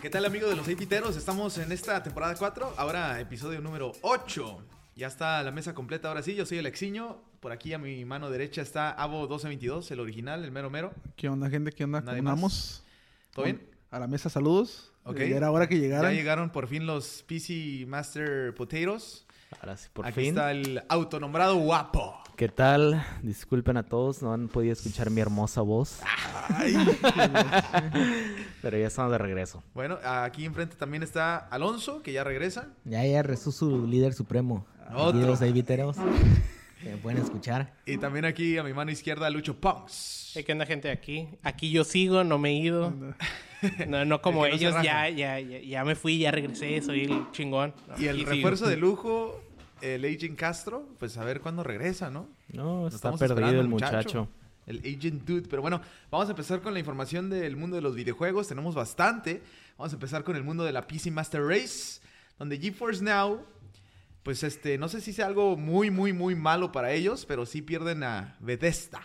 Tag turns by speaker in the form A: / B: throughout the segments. A: ¿Qué tal amigos de los Eipiteros? Estamos en esta temporada 4, ahora episodio número 8. Ya está la mesa completa, ahora sí, yo soy el Exiño. Por aquí a mi mano derecha está Avo 1222, el original, el mero mero.
B: ¿Qué onda, gente? ¿Qué onda?
A: Nadie
B: ¿Cómo
A: más.
B: andamos?
A: ¿Todo bien?
B: A la mesa, saludos.
A: Ok.
B: Eh, Ya era hora que
A: Ya
B: llegaran.
A: llegaron por fin los PC Master Potatoes.
C: Ahora sí, por
A: aquí
C: fin.
A: está el autonombrado guapo.
C: ¿Qué tal? Disculpen a todos, no han podido escuchar mi hermosa voz. Pero ya estamos de regreso.
A: Bueno, aquí enfrente también está Alonso, que ya regresa.
D: Ya, ya rezó su líder supremo.
A: Otro.
D: Otro. Los eviteros. Que pueden escuchar.
A: Y también aquí a mi mano izquierda Lucho Punks.
E: Hey, ¿Qué onda, gente? Aquí. Aquí yo sigo, no me he ido. No, no como
A: El que no se
E: ellos,
A: raja.
E: ya, ya, ya, ya me fui, ya regresé, soy el chingón. No,
A: Y el
E: aquí
A: refuerzo
E: sigo.
A: de lujo, el Agent Castro, pues a ver cuándo regresa, ¿no?
C: No,
A: Lo
C: está
A: estamos
C: perdido
A: esperando
C: el muchacho.
A: El Agent Dude. Pero bueno, vamos a empezar con la información del mundo de los videojuegos. Tenemos bastante. Vamos a empezar con el mundo de la PC Master Race, donde GeForce Now, pues este, no sé si sea algo muy, muy, muy malo para ellos, pero sí pierden a Bethesda.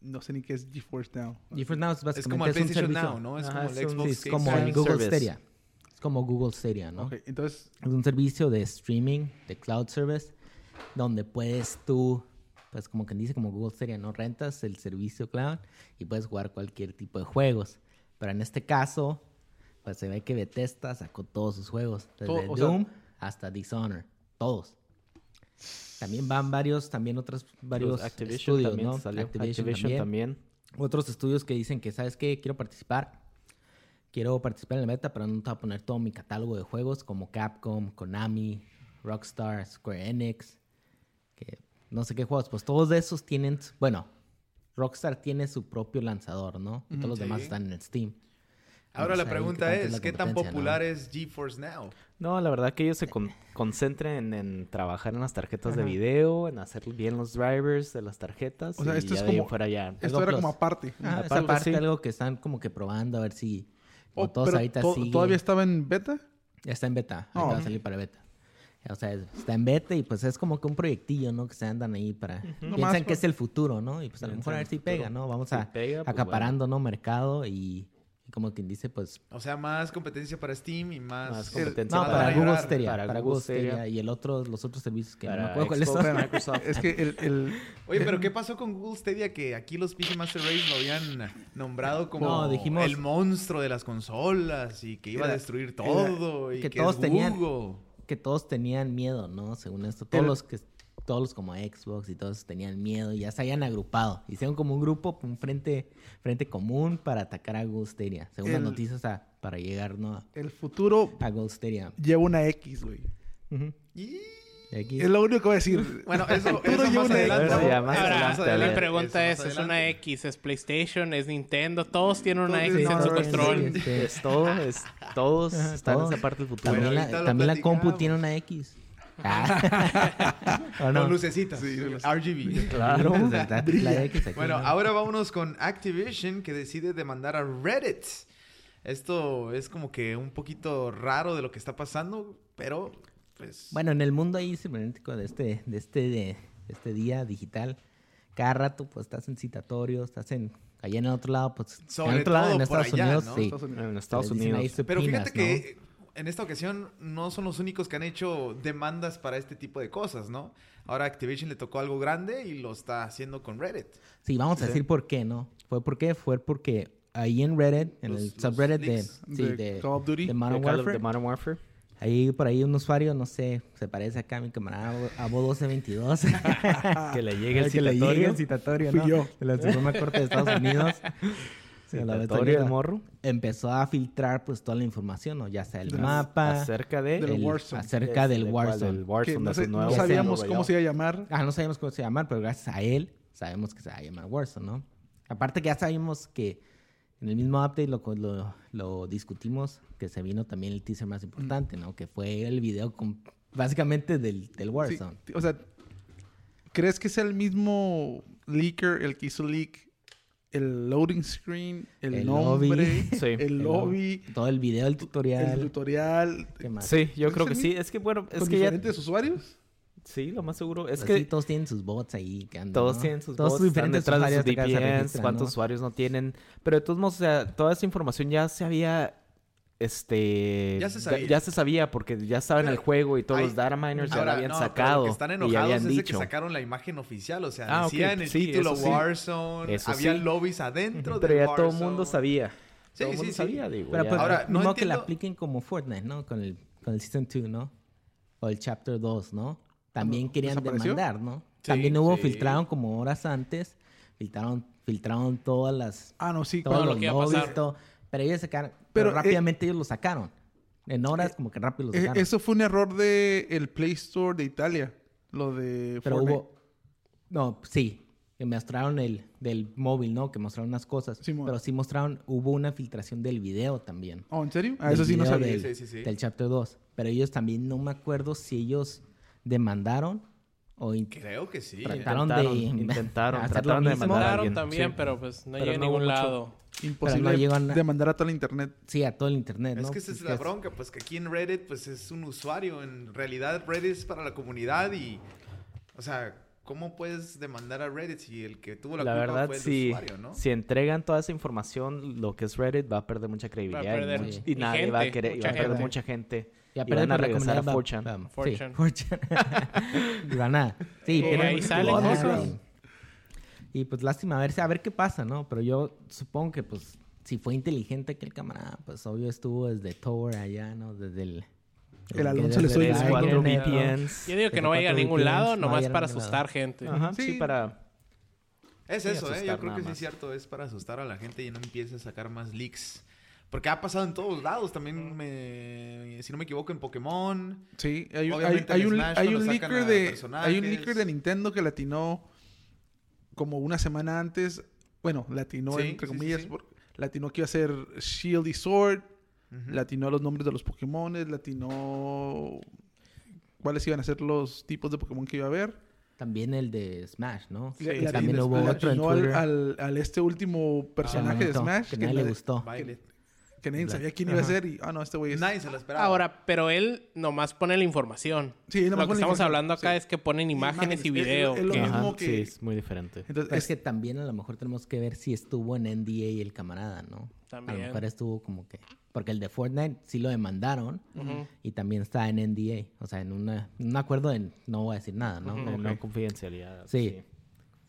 B: No sé ni qué es GeForce Now.
D: GeForce Now es
A: Es como el
D: pues básicamente un
A: PlayStation
D: servicio.
A: Now, ¿no? Es
C: Ajá,
A: como
C: es
A: el
C: un-
A: Xbox
D: Sí, es
A: Game
D: como
A: Service.
C: Game
D: el Google
C: Service.
D: Stadia. Es como Google Stadia, ¿no?
B: Ok, entonces,
D: Es un servicio de streaming, de cloud service, donde puedes tú, pues como quien dice, como Google Stadia, ¿no? Rentas el servicio cloud y puedes jugar cualquier tipo de juegos. Pero en este caso, pues se ve que Bethesda sacó todos sus juegos. Desde
B: Todo, o sea-
D: Doom hasta Dishonor. Todos. También van varios, también otros, varios
C: Los Activision
D: estudios,
C: también
D: ¿no?
C: salió.
D: Activision
C: Activision
D: también
C: también.
D: otros estudios que dicen que, ¿sabes qué? Quiero participar. Quiero participar en la beta, pero no te voy a poner todo mi catálogo de juegos como Capcom, Konami, Rockstar, Square Enix, que no sé qué juegos. Pues todos esos tienen, su- bueno, Rockstar tiene su propio lanzador, ¿no? Y todos los
A: sí.
D: demás están en Steam.
A: Ahora la
D: Pues ahí,
A: pregunta
D: ¿qué tanto
A: es,
D: la
A: ¿qué tan
D: competencia, no?
A: popular es GeForce Now?
C: No, la verdad que ellos se con- concentren en, en trabajar en las tarjetas de video, en hacer bien los drivers de las tarjetas.
B: O sea,
C: y
B: esto
C: ya
B: es
C: de ahí en
B: como-
C: fuera ya.
B: esto era como aparte.
D: Ah,
C: Aparte,
D: esa parte
C: sí.
D: algo que están como que probando a ver si como
B: Oh,
D: todos
B: pero
D: ahorita
B: to-
D: siguen.
B: ¿Todavía estaba en beta?
D: Ya está en beta.
B: Oh.
D: ahorita va a salir para beta. O sea, está en beta y pues es como que un proyectillo, ¿no? Que se andan ahí para... Piensan
B: Nomás
D: que
B: por-
D: es el futuro, ¿no? Y pues a lo
C: Piensan
D: mejor a ver
C: el
D: si
C: futuro.
D: pega, ¿no? Vamos
C: Si
D: a...
C: pega, pues,
D: acaparando, ¿no? Mercado y, y como quien dice, pues...
A: O sea, más competencia para Steam y más...
C: Más
A: El-
C: competencia
D: No,
A: va a
D: para
A: llegar
D: Google
A: para
D: Stadia. Para, Google Stadia.
C: Stadia.
D: Y el otro, los otros servicios que no me
C: Para
D: acuerdo cuáles
C: Xbox,
D: son.
C: Microsoft.
B: Es que el... el-
A: Oye, pero ¿qué pasó con Google Stadia? Que aquí los PC Master Race lo habían nombrado como
D: No, dijimos-
A: el monstruo de las consolas y que iba a
B: Era-
A: destruir todo y que,
D: que todos
A: es
D: tenían-
A: Google.
D: Que todos tenían miedo, ¿no? Según esto. Todos
B: El-
D: los que... Todos los como Xbox y todos tenían miedo. y Ya se habían agrupado. Hicieron como un grupo, un frente, frente común para atacar a Google Stadia. Según las
B: El-
D: noticias, a- para llegar, ¿no? A-
B: el futuro
D: a Gold Stadium.
B: lleva una X, güey.
A: Y...
D: Aquí
B: Es lo único que voy a decir.
A: Bueno, eso, eso
B: Futuro lleva
A: más
B: una X.
A: adelante.
C: Eso ya más
A: Ahora,
C: adelante,
A: más
C: a
E: La
C: ver.
A: adelante.
E: pregunta es,
A: más
E: ¿es una
A: adelante.
E: X? ¿Es PlayStation? ¿Es Nintendo? Todos tienen una
B: Entonces,
E: X en
B: no,
E: su
B: no, no,
E: control.
D: sí, sí.
C: Es todo, es todos
D: Ajá,
C: están
D: todos.
C: en esa parte del futuro.
D: este,
A: Bueno,
D: También, la,
A: ahorita lo
D: también la compu
A: platicamos.
D: tiene una X. Ah. ¿O no?
A: Con lucecitas. RGB.
C: Claro.
D: La X aquí,
A: Bueno,
D: ¿no?
A: ahora vámonos con Activision que decide demandar a Reddit. Esto es como que un poquito raro de lo que está pasando, pero pues
D: Bueno, en el mundo ahí cibernético de este, de este, de este día digital, cada rato pues estás en citatorio, estás en allá en el otro lado, pues en
A: Sobre
D: el otro lado
A: todo
D: en
A: por
D: Estados
A: allá,
D: Unidos,
A: ¿no?
D: sí.
B: Estados Unidos.
C: En Estados
D: Les dicen ahí
C: Unidos.
A: pero
D: supinas,
A: fíjate que eh, en esta ocasión no son los únicos que han hecho demandas para este tipo de cosas, ¿no? Ahora Activision le tocó algo grande y lo está haciendo con Reddit.
D: ¿no? Sí, vamos a decir por qué, ¿no? Fue porque fue porque ahí en Reddit, en
A: Los-
D: el
A: los
D: subreddit de,
A: leaks
D: sí,
B: de
D: de-
B: Call of Duty,
D: de Modern
C: De Call of-
D: Warfare,
C: de Modern Warfare.
D: Ahí por ahí un usuario, no sé, se parece acá a mi camarada Abo 1222.
C: Que le llegue el
D: que le llegue
C: citatorio.
D: Ah, el citatorio,
B: Fui
D: ¿no?
B: yo.
D: De la Suprema Corte de Estados Unidos. De
C: Citatorio
D: la
C: el
D: Betonera.
C: morro.
D: Empezó a filtrar pues toda la información, ¿no? Ya sea el mapa.
C: Acerca de...
B: del
D: el-
B: Warzone.
D: Acerca del Warzone.
C: Del
B: Que
C: Warzone.
B: no,
C: de
B: sé-
C: su
B: no
C: nuevo-
B: sabíamos
C: nuevo
B: cómo se iba a llamar.
D: Ah, no sabíamos cómo se llamar, pero gracias a él sabemos que se va a llamar Warzone, ¿no? Aparte que ya sabíamos que en el mismo update lo, lo, lo discutimos, que se vino también el teaser más
C: Mm.
D: importante, ¿no? Que fue el video con- básicamente del, del
B: Sí,
D: Warzone.
B: t- o sea, ¿crees que es el mismo leaker el que hizo leak? El loading screen, el,
D: El
B: nombre,
D: lobby.
C: Sí.
B: el
D: El
B: lobby,
D: Todo el video, el
B: el
D: tutorial.
B: tutorial,
D: ¿qué más?
C: Sí, yo
B: ¿Es
C: creo que
B: el
C: sí. Es que bueno,
B: con
C: es que ya...
B: diferentes usuarios.
C: Sí, lo más seguro. Es
D: Es
C: que
D: que todos tienen sus bots ahí. que andan,
C: Todos
D: ¿no?
C: tienen sus
D: Todos
C: bots, están
D: diferentes
C: detrás de sus
D: usuarios acá se
C: VPNs,
D: registran,
C: cuántos
D: ¿no?
C: usuarios no tienen. Pero de todos modos, o sea, toda esa información ya se había. Este.
A: Ya se sabía.
C: ya se sabía, porque ya estaban en el
A: Pero
C: juego y todos
A: ahí-
C: los data miners ya
A: Ahora,
C: la habían
A: no, pero lo
C: sacado.
A: que están
C: y ya
A: enojados
C: habían
A: es de que
C: dicho.
A: sacaron la imagen oficial. O sea,
C: Ah, ok,
A: decían el
C: sí,
A: título
C: eso sí.
A: Warzone.
C: Eso
A: había
C: sí.
A: lobbies adentro
C: Pero
A: de
C: ya todo el mundo
A: Warzone.
C: sabía.
A: Sí,
C: todo el
A: sí,
C: mundo
A: sí.
C: sabía, digo.
D: Pero
C: ya.
D: pues,
A: Ahora, no
D: no, que
A: entiendo-
D: la apliquen como Fortnite, ¿no? Con el, con el Season 2, ¿no? O el Chapter 2, ¿no? También querían
B: desapareció?
D: demandar, ¿no?
A: Sí,
D: También hubo,
A: sí.
D: filtraron como horas antes, filtraron, filtraron todas las,
B: Ah, no, sí.
D: todos
E: lo
B: claro.
D: los
E: que iba a
D: lobbies,
E: pasar.
D: todo. pero ellos sacaron,
B: Pero,
D: pero,
B: eh,
D: rápidamente ellos lo sacaron. En horas como que rápido lo
B: Eh,
D: sacaron.
B: eso fue un error de el Play Store de Italia. Lo de
D: pero
B: Fortnite.
D: hubo, no, sí, que mostraron el del móvil, ¿no? Que mostraron unas cosas,
B: Simón.
D: pero sí mostraron, hubo una filtración del video también.
B: Oh, ¿en serio? Ah,
D: del
B: eso sí no
D: video
B: sabía.
D: del,
A: Sí, sí, sí.
D: del Chapter 2. Pero ellos también, no me acuerdo si ellos demandaron o... in-
A: Creo que sí.
C: Intentaron,
D: Trataron- de-
C: intentaron,
D: hacer lo
C: trataron de demandar
D: mismo.
C: a
E: Mandaron
C: alguien,
E: también,
C: sí.
E: pero pues no
C: Pero
E: llegué a
C: no
E: ningún
C: hubo mucho.
E: lado.
B: Imposible
D: llegó a na-
B: demandar a toda la internet.
D: Sí, a todo el internet,
A: Es
D: ¿no?
A: que esa
D: Pues
A: es la
D: es-
A: bronca, pues que aquí en Reddit pues es un usuario. En realidad Reddit es para la comunidad y... O sea, ¿cómo puedes demandar a Reddit si el que tuvo la,
C: La
A: culpa
C: verdad,
A: fue el
C: si,
A: usuario, no?
C: si entregan toda esa información, lo que es Reddit va a perder mucha credibilidad. y
E: perder
C: much-
E: mucha-
C: y
E: y
C: nadie va a
E: gente,
C: querer, y va a
E: mucha
C: perder
E: gente.
C: mucha gente.
D: Y
C: Y van
D: aparte
C: a
D: la
C: regresar a
D: comunidad va-
C: 4chan.
D: va- sí,
E: 4chan.
D: 4chan. Y van a... Sí,
E: Eh,
D: tienen
E: ahí
D: muchos
E: salen
D: bots,
E: cosas.
D: Y, y, pues lástima, a ver, a ver qué pasa, ¿no? Pero yo supongo que pues si fue inteligente aquel camarada, pues obvio estuvo desde Tower allá, ¿no? Desde el...
B: El Alonso le soy
D: desde
C: Tres,
D: el
C: cuatro
D: internet, ¿no?
C: VPNs.
E: Yo digo que
D: Pero
E: no va a llegar a
D: cuatro
E: ningún
D: VPNs,
E: lado,
D: no
E: nomás
D: llegaron
E: para
D: a ningún
E: asustar gente.
C: Ajá, sí,
B: Sí.
C: para...
A: Es
C: Sí,
A: eso, ¿eh?
C: asustar
A: Yo creo
C: nada
A: que sí
C: más.
A: es cierto. Es para asustar a la gente y no empiece a sacar más leaks. Porque ha pasado en todos lados. También, me- si no me equivoco, en Pokémon.
B: Sí, hay, un- hay,
A: Obviamente
B: hay
A: en
B: un,
A: Smash
B: hay
A: cuando
B: un
A: sacan
B: leaker
A: a
B: de hay un
A: personajes.
B: leaker de Nintendo que latinó como una semana antes, bueno, latinó
A: Sí,
B: entre
A: sí, sí,
B: comillas,
A: sí.
B: por- latinó que iba a ser Shield y Sword,
A: Ujú.
B: latinó los nombres de los Pokémon, latinó cuáles iban a ser los tipos de Pokémon que iba a haber.
D: También el de Smash, ¿no?
B: Le-
A: sí,
D: también
B: latinó-
D: hubo otro en
B: latinó al,
D: Twitter.
B: al- al este último personaje de
D: Lamento,
B: Smash
D: Que
B: que,
D: nadie
B: na-
D: le gustó.
A: Violet.
B: que nadie
D: Black.
B: sabía quién iba a ser y ah no, este güey es
A: Nadie se lo esperaba.
E: Ahora, pero él nomás pone la información.
B: Sí, él
E: lo
B: nomás
E: que
B: pone la
E: estamos
B: información,
E: hablando acá
B: sí.
E: es que ponen imágenes
B: Imágenes,
E: y
B: es-
E: video.
B: es lo
E: que-
B: mismo.
C: Ajá,
B: que-
C: sí, es muy diferente.
B: Entonces,
D: Pero es
B: es-
D: que también a lo mejor tenemos que ver si estuvo en NDA el camarada, ¿no? A
E: También.
D: lo mejor estuvo como que... Porque el de Fortnite sí lo demandaron
E: Ujú.
D: y también está en NDA. O sea, en una- un acuerdo en... No voy a decir nada, ¿no?
C: No, no confidencialidad.
D: Sí.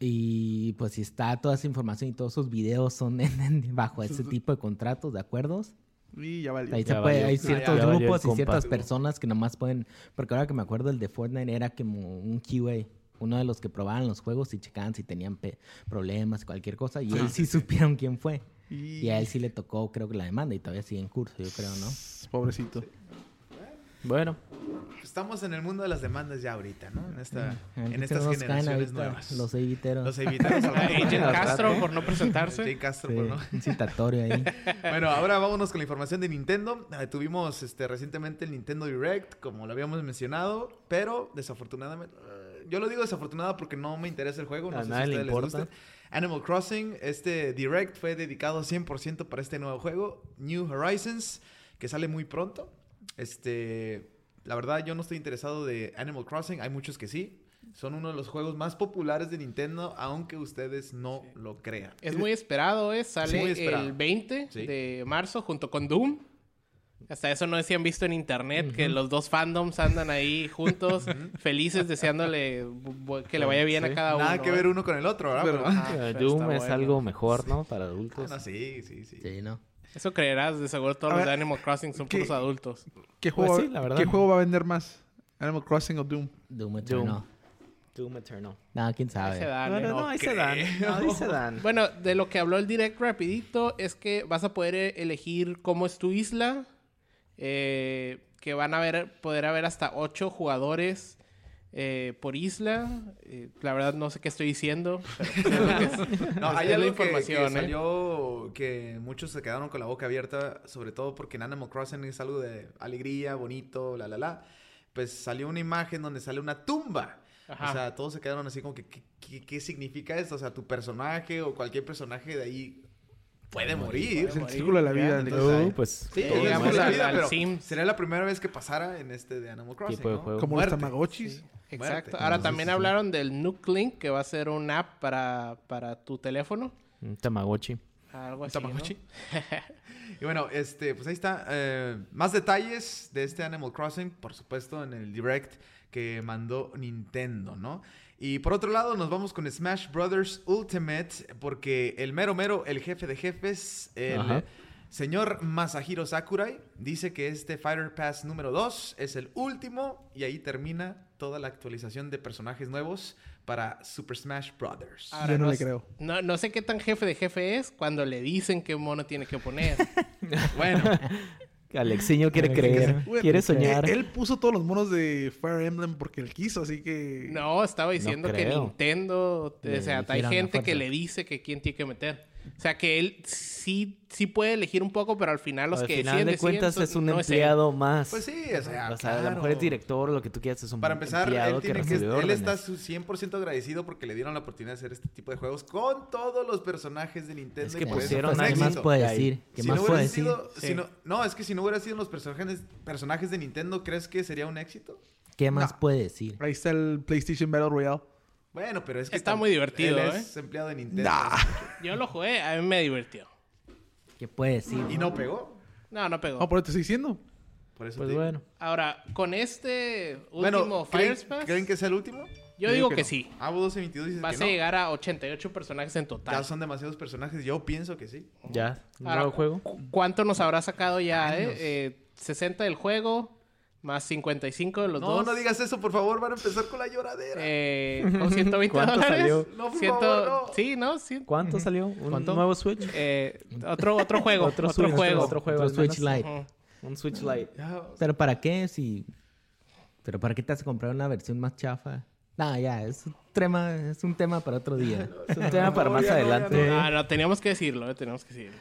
D: Y pues si está toda esa información y todos esos videos son en- bajo ese tipo de contratos, de acuerdos,
B: y ya valió.
D: Ahí
C: Ya
D: se puede-
C: valió.
D: hay
C: Ah, ya
D: ciertos
C: valió el
D: grupos y
C: compa.
D: ciertas personas que nomás pueden. Porque ahora que me acuerdo, el de Fortnite era como un QA, uno de los que probaban los juegos y checaban si tenían pe- problemas, cualquier cosa. Y él sí supieron quién fue. Y a él sí le tocó, creo que la demanda y todavía sigue en curso, yo creo, ¿no?
B: Pobrecito.
C: Bueno,
A: Estamos en el mundo de las demandas ya ahorita, ¿no? En, esta, en
D: Ahorita
A: estas
D: nos caen
A: generaciones
D: ahorita
A: nuevas.
D: Los eviteros.
A: Los evitamos al
E: A
A: rato.
E: Agent
A: Al
E: Castro
A: rato.
E: por no
A: Jay
E: presentarse.
A: Castro,
D: Sí,
A: por no.
D: Un citatorio ahí.
A: Bueno, ahora vámonos con la información de Nintendo. Eh, tuvimos este, recientemente el Nintendo Direct, como lo habíamos mencionado, pero desafortunadamente... eh, Yo lo digo desafortunado porque no me interesa el juego, no
C: A
A: sé si a
C: nadie le
A: ustedes les
C: importa.
A: gusta. Animal Crossing, este Direct fue dedicado 100% para este nuevo juego, New Horizons, que sale muy pronto. Este, la verdad yo no estoy interesado de Animal Crossing, hay muchos que sí. Son uno de los juegos más populares de Nintendo, aunque ustedes no lo crean.
E: Es muy esperado, ¿eh? Sale
A: Sí, muy esperado.
E: el 20
A: Sí.
E: de marzo junto con Doom. Hasta eso no sé si han visto en internet que los dos fandoms andan ahí juntos, felices, deseándole bu- bu- que le vaya bien
C: Sí.
E: a cada uno.
A: Nada que
E: ¿eh?
A: ver uno con el otro, ¿verdad?
B: Pero-
A: Pero-
E: Ah,
C: eh,
E: pero
C: Doom
E: está
C: es
E: bueno.
C: algo mejor, ¿no? Para adultos.
A: Ah, no, sí, sí, sí.
D: Sí, ¿no?
E: Eso creerás, de seguro todos
B: A
E: los
B: ver,
E: de Animal Crossing son
B: ¿qué-
E: puros adultos.
B: ¿Qué
C: Pues
B: juego,
C: sí, la verdad.
B: ¿Qué juego va a vender más? ¿Animal Crossing o Doom?
D: Doom Eternal.
C: Doom Eternal.
D: No, quién
E: Ahí se
D: sabe.
E: dan,
C: No,
E: ¿eh?
C: no, no, ahí se dan. No, ahí se dan.
E: Bueno, de lo que habló el direct rapidito es que vas a poder eh, elegir cómo es tu isla, eh, que van a ver, poder haber hasta ocho jugadores eh, por isla. Eh, la verdad no sé qué estoy diciendo. Pero sé lo que es.
A: No,
E: Esa
A: hay
E: es
A: algo que-
E: la
A: que,
E: información, ¿eh?
A: salió que muchos se quedaron con la boca abierta, sobre todo porque en Animal Crossing es algo de alegría, bonito, la la la. Pues salió una imagen donde sale una tumba.
E: Ajá.
A: O sea, todos se quedaron así como que, ¿qué, qué- qué significa esto? O sea, tu personaje o cualquier personaje de ahí puede morir.
B: Es el círculo de la vida.
E: Ya,
A: entonces ahí-
D: Uh,
B: Nico.
C: pues
A: Sí,
E: Todos
A: digamos
E: morimos.
A: la
E: Al-
A: vida,
E: al
A: pero
E: Sims.
A: sería la primera vez que pasara en este de Animal Crossing,
C: Tipo de
A: ¿no?
D: pues,
C: juego.
B: Como
A: Muerte.
B: los tamagotchis.
E: Exacto.
A: Muerte.
E: Ahora
C: Entonces,
E: también
C: sí.
E: hablaron del Nuke Link, que va a ser una app para, para tu teléfono.
C: un Tamagotchi.
E: Algo
A: Un
E: así. ¿no?
A: Tamagotchi. Y bueno, este, pues ahí está. eh, más detalles de este Animal Crossing, por supuesto, en el direct que mandó Nintendo, ¿no? Y por otro lado, nos vamos con Smash Brothers Ultimate, porque el mero mero, el jefe de jefes, el
C: Ajá.
A: señor Masahiro Sakurai, dice que este Fighter Pass número 2 es el último y ahí termina toda la actualización de personajes nuevos para Super Smash Brothers.
E: Ahora,
B: Yo no le
E: sé-
B: creo.
E: No, no sé qué tan jefe de jefe es cuando le dicen qué mono tiene que poner.
A: Bueno,
C: Alexiño quiere
B: Alexiño
C: creer,
B: Güey,
C: quiere
B: pues,
C: soñar.
B: eh, Él puso todos los monos de Fire Emblem porque él quiso, así que.
E: No, estaba diciendo que
C: creo.
E: Nintendo,
D: Le
E: o sea, hay
D: dijeron a
E: gente que
D: fuerza.
E: le dice que quién tiene que meter. O sea, que él sí, sí puede elegir un poco, pero al final los
C: Al
E: que
C: final
E: deciden,
C: de
E: deciden,
C: cuentas
E: entonces
C: es un
E: no él.
C: empleado más.
A: pues sí, o sea,
C: O sea, a lo mejor
A: claro.
C: es director, lo que tú quieras, es un
A: Para empezar,
C: empleado
A: él, tiene que,
C: recibe
A: él
C: órdenes.
A: está su 100% agradecido porque le dieron la oportunidad de hacer este tipo de juegos con todos los personajes de Nintendo.
C: Es
A: y
C: que
A: por eso fue
C: pusieron
A: un
C: a-
D: Pues, ¿Qué más
A: éxito.
D: puede
C: Ahí.
D: decir? ¿Qué
A: Si
D: más
A: no
D: puede
A: hubieran
D: decir?
A: sido, si
E: Sí.
A: no, no, es que si no hubieran sido los personajes, personajes de Nintendo, ¿crees que sería un éxito?
D: ¿Qué más puede decir?
B: Ahí está el PlayStation Battle Royale.
A: Bueno, pero es que...
E: Está
A: tam-
E: muy divertido,
A: él
E: ¿eh?
A: es empleado de Nintendo.
E: Yo lo jugué, a mí me divirtió.
D: ¿Qué puede decir?
A: Y no pegó.
E: No, no pegó.
A: pues.
B: No, por eso te estoy diciendo.
A: Por eso
C: Pues
A: te digo.
C: bueno,
E: Ahora, con este
A: Bueno,
E: último
A: ¿creen,
E: Fire Pass,
A: ¿creen que sea el último? Ah,
E: yo digo que,
B: no.
E: sí.
A: Abo 1222 dice
E: Vas
A: que
E: a
A: no.
E: llegar a 88 personajes en
A: Ya
E: total.
A: son demasiados personajes. Yo pienso que sí.
C: ya, un
E: Ahora,
C: nuevo juego.
E: cu- ¿Cuánto nos habrá sacado ya, eh?
A: Años.
E: Eh, 60 del juego, más 55 de los
A: no,
E: dos.
A: no digas eso, por favor. Van a empezar con la lloradera.
E: Eh, con 120
C: ¿Cuánto
E: dólares.
C: salió?
A: No, por
E: Ciento-
A: favor, no.
E: Sí, ¿no? Sí.
C: ¿Cuánto salió? ¿Un
E: ¿Cuánto?
C: nuevo Switch?
E: Eh, otro, otro juego. otro
C: Switch,
E: juego.
C: Otro juego,
D: Otro
C: al menos.
D: Switch Lite.
E: Ujú.
C: Un Switch Lite.
A: Ya, o
D: ¿Pero para qué? Si... ¿Pero para qué te has comprado una versión más chafa? Nah, ya, es un tema, es un tema para otro día.
C: Es un tema para más
A: ya no, ya
C: adelante.
E: Ah, no, teníamos que decirlo, eh, teníamos que decirlo.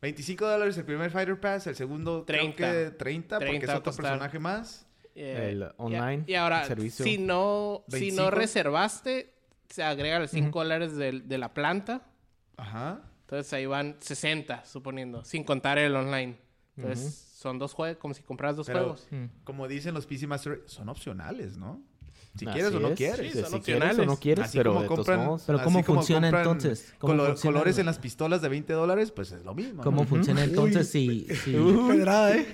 A: 25 dólares el primer Fighter Pass, el segundo 30,
E: 30.
A: creo que 30, porque
E: 30
A: es
E: va a
A: otro
E: costar.
A: personaje más.
E: Eh,
C: El
E: y a-
C: online,
E: Y, ahora,
C: el servicio.
E: si no, si no
A: 25.
E: reservaste, se agrega los 5 dólares del- de, la planta.
A: Ajá.
E: Entonces ahí van 60, suponiendo, sin contar el online. Entonces son dos juegos, como si compraras dos
A: Pero-
E: juegos.
D: Mm.
A: Como dicen los PC Master, son opcionales, ¿no? Si
C: Así
A: quieres o no
C: es.
A: quieres.
E: Sí,
C: si
E: son
C: quieres o
E: opcionales.
C: no quieres,
A: Así
C: pero
A: como
C: de todos
A: compran-
C: modos.
D: Pero
A: Así
D: ¿cómo
A: como
D: funciona
A: compran
D: entonces? ¿Cómo
A: colo-
D: funciona?
A: colores en las pistolas de 20 dólares, pues es lo mismo.
D: ¿Cómo
A: ¿no?
D: funciona entonces si, si-
B: Pedrada, ¿eh?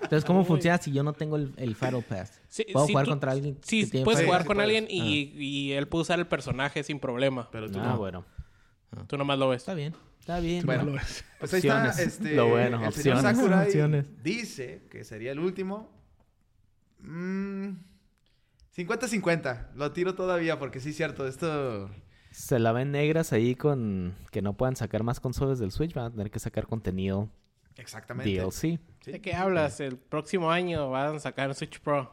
D: Entonces, ¿cómo funciona si yo no tengo el, el Faro Pass?
E: Sí,
D: ¿Puedo
E: sí,
D: jugar
E: tú-
D: contra alguien?
E: Sí,
D: que tiene
E: puedes
D: Faro
E: jugar
A: sí
E: con
A: puedes.
E: alguien y, y él puede usar el personaje sin problema.
A: Pero tú
C: Ah,
A: no.
C: bueno.
E: Tú nomás lo ves.
D: Está bien, está bien.
A: Bueno,
B: No lo ves.
A: Pues ahí está.
C: Opciones.
A: Este,
C: Lo bueno,
A: el señor
C: opciones.
A: Sakurai
C: Opciones.
A: dice que sería el último. Mm, 50-50. Lo tiro todavía porque sí es cierto. Esto.
C: Se la ven negras ahí con que no puedan sacar más consolas del Switch. Van a tener que sacar contenido
A: Exactamente.
C: DLC.
A: Sí.
E: ¿De qué hablas? El próximo año van a sacar Switch Pro.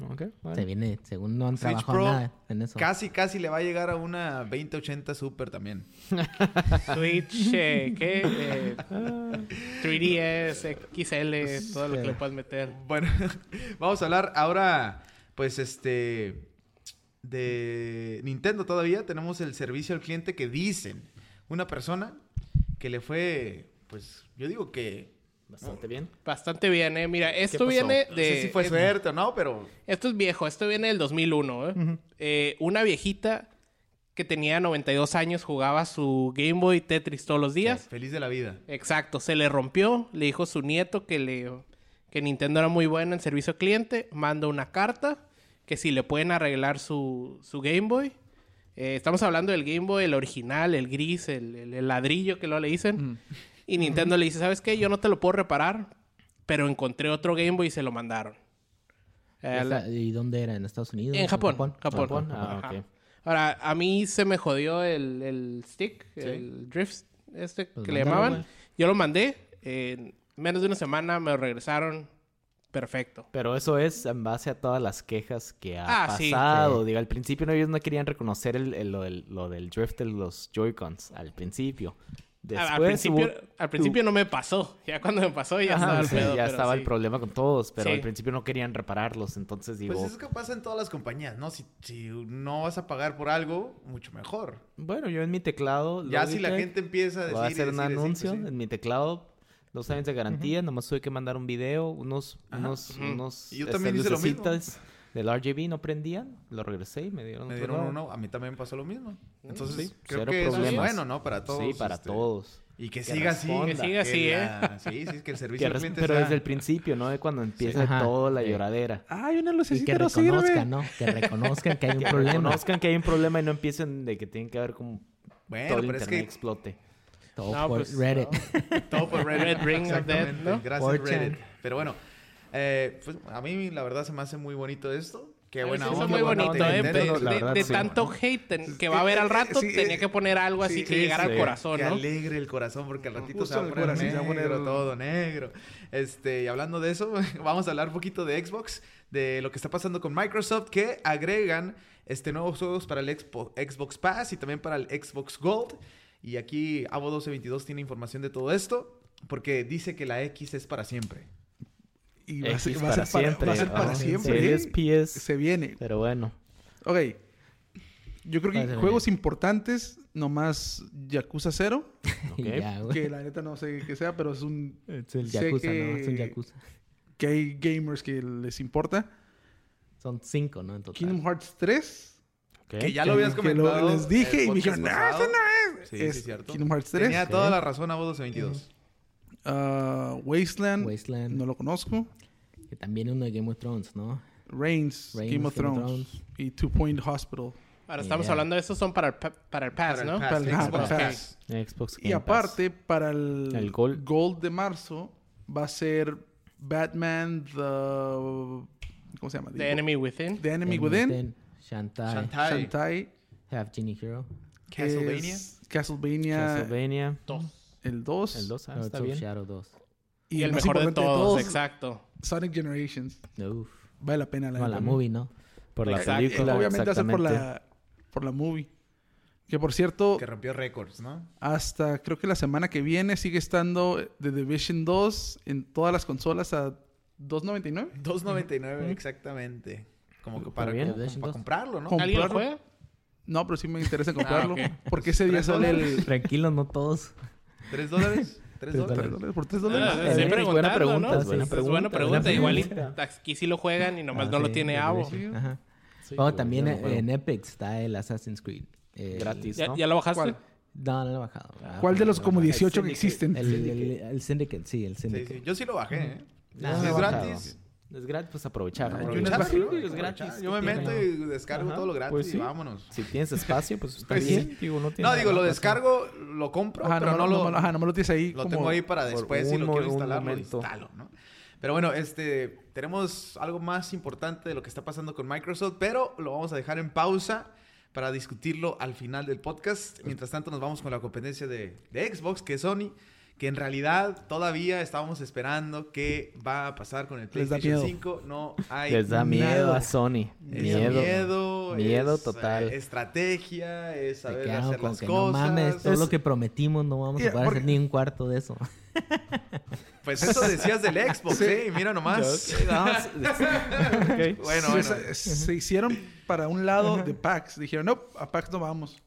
C: Ok, bueno.
D: Se viene, según no han
A: Switch
D: trabajado
A: Pro,
D: nada en eso.
A: Casi, casi le va a llegar a una 2080 Super también.
E: Switch, eh, ¿qué? Eh, 3DS, XL, todo lo que le puedas meter.
A: Bueno, vamos a hablar ahora, pues, este, de Nintendo todavía. Tenemos el servicio al cliente que dicen una persona que le fue, pues, yo digo que...
C: Bastante bien.
E: Bastante bien, ¿eh? Mira, esto
C: pasó?
E: viene de...
A: No sé si fue
E: eh,
A: suerte o no, pero...
E: Esto es viejo, esto viene del 2001, ¿eh? Eh, una viejita que tenía 92 años jugaba su Game Boy Tetris todos los días.
A: Feliz de la vida.
E: Exacto, se le rompió, le dijo su nieto que le que Nintendo era muy bueno en servicio al cliente, manda una carta que si le pueden arreglar su, su Game Boy. Eh, estamos hablando del Game Boy, el original, el gris, el, el- el ladrillo que lo le dicen. Y Nintendo le dice, ¿sabes qué? Yo no te lo puedo reparar, pero encontré otro Game Boy y se lo mandaron.
D: Ya
E: Eh, la-
D: está- ¿Y dónde era? ¿En Estados Unidos?
E: en Japón, Japón.
C: Japón, ah,
E: Ajá.
C: ok.
E: Ahora, a mí se me jodió el, el stick, el drift, este
D: Pues
E: que le
D: mándalo,
E: llamaban.
D: güey.
E: Yo lo mandé, en menos de una semana me lo regresaron. Perfecto.
C: Pero eso es en base a todas las quejas que ha
E: Ah, sí.
C: pasado. Digo, al principio no, ellos no querían reconocer el- el- lo, del- lo del drift de los Joy-Cons. Al principio.
E: Al-
C: Después
E: al, principio,
C: hubo-
E: al principio no me pasó. Ya cuando me pasó ya
C: Ajá,
E: estaba el
C: sí,
E: pedo.
C: ya
E: pero
C: estaba
E: sí.
C: el problema con todos, pero
E: Sí.
C: al principio no querían repararlos, entonces digo,
A: Pues eso es que pasa en todas las compañías, ¿no? Si, si no vas a pagar por algo, mucho mejor.
C: bueno, yo en mi teclado...
A: Ya si la
C: Logitech,
A: gente empieza a decir...
C: Voy a
A: y
C: hacer un
A: decir, decir,
C: anuncio
A: pues sí.
C: en mi teclado. Dos años de garantía, nomás tuve que mandar un video, unos,
A: Ajá.
C: unos,
E: Ujú.
C: unos
A: Y yo
C: este,
A: también hice lo mismo.
C: lucecitas del RGB no prendían, lo regresé y me dieron
A: Me
C: otro
A: dieron
C: lado.
A: uno, a mí también me pasó lo mismo.
E: Mm.
A: Entonces,
C: Sí,
A: creo
C: cero
A: que eso es
C: problemas.
A: bueno, ¿no? Para todos.
C: sí, para
A: este,
C: todos.
A: Y que,
C: Que
A: siga así.
C: responda.
E: Que siga así, ¿eh?
A: la- Sí, sí, que el servicio
C: Que
A: al
C: res-
A: cliente
C: pero
A: sea-
C: desde el principio, ¿no? De cuando empieza
D: Ajá.
C: toda la
D: Sí.
C: lloradera.
B: Ay, una
D: Y
B: lucecita
D: que
B: no sirve.
D: reconozcan, ¿no? Que reconozcan que hay un
C: Que
D: problema.
C: reconozcan que hay un problema y no empiecen de que tienen que haber como
A: Bueno,
C: todo el
A: pero es
C: internet
A: que
C: explote.
D: Todo
E: No,
D: por
E: pues,
D: Reddit.
A: todo por Reddit.
E: Red Ring of Death,
A: Exactamente,
E: ¿no?
A: Gracias,
D: 4chan.
A: Reddit. Pero bueno, eh, pues a mí la verdad se me hace muy bonito esto. Qué
E: Eso
A: buena
E: es
A: onda,
E: muy
A: qué buena
E: bonito,
A: onda de
E: ¿eh? Pero
A: Nintendo, la
E: de,
A: verdad,
E: de
A: sí.
E: tanto hate que va a haber al rato,
B: Sí,
E: tenía
B: eh,
E: que poner algo así
B: sí,
E: que llegara
C: sí.
E: al corazón,
A: que
E: ¿no?
A: alegre el corazón porque al ratito se
B: Justo
A: va a
B: el
A: poner
B: corazón se
A: negro,
B: va a poner-
A: todo negro. Este, y hablando de eso, vamos a hablar un poquito de Xbox, de lo que está pasando con Microsoft que agregan este nuevos juegos para el Expo- Xbox Pass y también para el Xbox Gold. Y aquí Avo 1222 tiene información de todo esto porque dice que la X es para siempre.
B: Y va a ser
C: X
B: va a
C: para
B: ser para- va a ser
C: siempre.
B: para
C: Ah,
B: siempre.
C: Series
B: ¿eh?
C: PS,
B: Se viene.
C: pero bueno.
B: Ok. Yo creo
D: Va a
B: que
D: ser
B: juegos importantes, nomás Yakuza 0,
C: Ok.
D: Y ya, güey.
B: que la neta no sé qué sea, pero es un
D: Es el
B: Sé
D: Yakuza, ¿no? Es un
B: que-
D: Yakuza.
B: que hay gamers que les importa.
D: Son cinco, ¿no? En total.
B: Kingdom Hearts 3,
C: ok.
A: Que ya
B: Que-
A: lo habías
B: Eh, que
A: comentado.
B: lo- les dije
A: en el
B: y me dijeron,
A: podcast
B: "No,
A: pasado".
B: eso no
A: Sí,
B: es
A: sí, cierto.
B: Kingdom Hearts ¿eh? 3.
A: Tenía toda la razón Avo 1222.
B: Ah, Wasteland,
D: Wasteland.
B: no lo conozco.
D: Que también uno de Game of Thrones, ¿no?
B: Reigns,
D: Reigns,
B: Game of
D: Game of
B: Thrones,
D: Thrones.
B: y Two Point Hospital.
E: Ahora
D: Ni
E: estamos
D: idea.
E: hablando de estos son para el, pa- para el
A: Para
E: Pass,
A: el
E: ¿no?
A: Pass,
B: Para el-
A: Xbox
B: para el
A: Pass.
E: Pass.
C: Xbox
B: Y
C: Game Pass.
B: aparte, para el,
C: El Gold.
B: de marzo va a ser Batman The... ¿Cómo se llama?
E: The Enemy Within.
B: The Enemy
D: Enemy
B: Within.
D: Within, Shantae,
A: Shantae,
B: Shantae.
D: Half Genie Hero,
B: que
A: Castlevania.
B: es Castlevania.
C: Castlevania.
B: El 2.
C: El 2, ah,
D: Lords
C: está
D: of
C: bien.
D: Shadow 2.
E: Y el
B: más
E: mejor de
B: importante
E: todos, exacto.
B: Sonic Generations.
D: Uf.
B: Vale la pena la,
D: No,
B: neta.
D: la movie, ¿no?
C: Por la
E: Exacto.
C: película.
B: Obviamente hace por
C: exactamente.
B: la, por la movie. Que por cierto,
A: Que rompió récords, ¿no?
B: hasta creo que la semana que viene sigue estando The Division 2 en todas las consolas a 2.99.
A: 2.99 exactamente. Como que
C: Está
A: para,
C: bien.
A: como-
D: PlayStation
A: para
D: dos.
A: comprarlo, ¿no?
B: Com-
E: ¿Alguien lo
B: Comprarlo.
E: juega?
B: No, pero sí me interesa comprarlo.
E: ok.
B: Porque ese día
A: ¿Tres
B: sale el...
D: Tranquilo, no todos.
A: ¿Tres dólares? ¿Tres
D: Tres
A: dólares?
B: ¿Tres dólares? ¿Por 3
E: Ah,
B: dólares?
E: sí,
C: buena
E: preguntarlo,
C: pregunta,
E: ¿no?
C: es buena
E: Sí, es
C: pregunta,
E: buena pregunta.
C: buena
E: Igual y
C: pregunta.
E: aquí sí lo juegan y nomás
D: Ah,
E: no lo
D: sí,
E: tiene
D: The
E: Avo.
D: Division. Ajá. Oh, también eh, en Epic está el Assassin's Creed. El-
C: Gratis,
E: ¿Ya,
C: ¿no?
E: ya lo bajaste?
B: ¿Cuál?
D: No, no lo he bajado. Ah,
B: ¿Cuál de los
D: no,
B: como
D: no.
B: 18 que
C: Syndicate.
B: existen?
D: El, el, el Syndicate, sí, el
A: Sí,
D: Syndicate.
A: sí. Yo sí lo bajé, ¿eh?
C: No,
A: si
C: no
A: es
C: he bajado.
A: gratis.
C: Es gratis, pues aprovechar.
B: Ah, yo
A: aprovechar,
B: las
A: sí,
C: sí,
A: ¿no?
C: es
A: Aprovechar.
C: gratis.
A: Yo me
C: ¿qué
A: meto
C: tiene?
A: y descargo
C: Ajá,
A: todo lo gratis
C: pues sí.
A: y vámonos.
C: Si tienes espacio, pues está
A: Pues sí.
C: bien. Digo, no, tiene
A: No, digo,
C: nada
A: lo
C: que
A: descargo, lo compro,
B: Ajá,
A: pero no,
B: me-
A: lo,
B: me- ajá, Ah, no me lo tienes ahí
A: lo
B: como-
A: tengo ahí para
C: por
A: después si lo
C: un
A: quiero
C: mo- un
A: instalar, lo
C: momento.
A: instalo, ¿no? Pero bueno, este, tenemos algo más importante de lo que está pasando con Microsoft, pero lo vamos a dejar en pausa para discutirlo al final del podcast. Mientras tanto, nos vamos con la competencia de, de Xbox, que es Sony, que en realidad todavía estábamos esperando qué va a pasar con el
B: Les da
A: PlayStation
B: miedo.
A: 5. No hay
C: Les da miedo,
B: Nada.
C: a Sony.
A: es
C: Miedo.
A: miedo,
C: Miedo
A: es,
C: total.
A: eh, estrategia, es
D: Se
A: saber
D: quedaron
A: hacer
D: con
A: las
D: que
A: cosas.
D: no mames, todo
A: Es-
D: lo que prometimos no vamos
B: Mira,
D: a poder
B: porque-
D: hacer ni un cuarto de eso.
A: Pues eso decías del Xbox, ¿eh? Y Mira nomás.
C: Ok.
A: Bueno,
B: se,
A: bueno.
B: se- se hicieron para un lado de PAX. Dijeron, no, a PAX no vamos.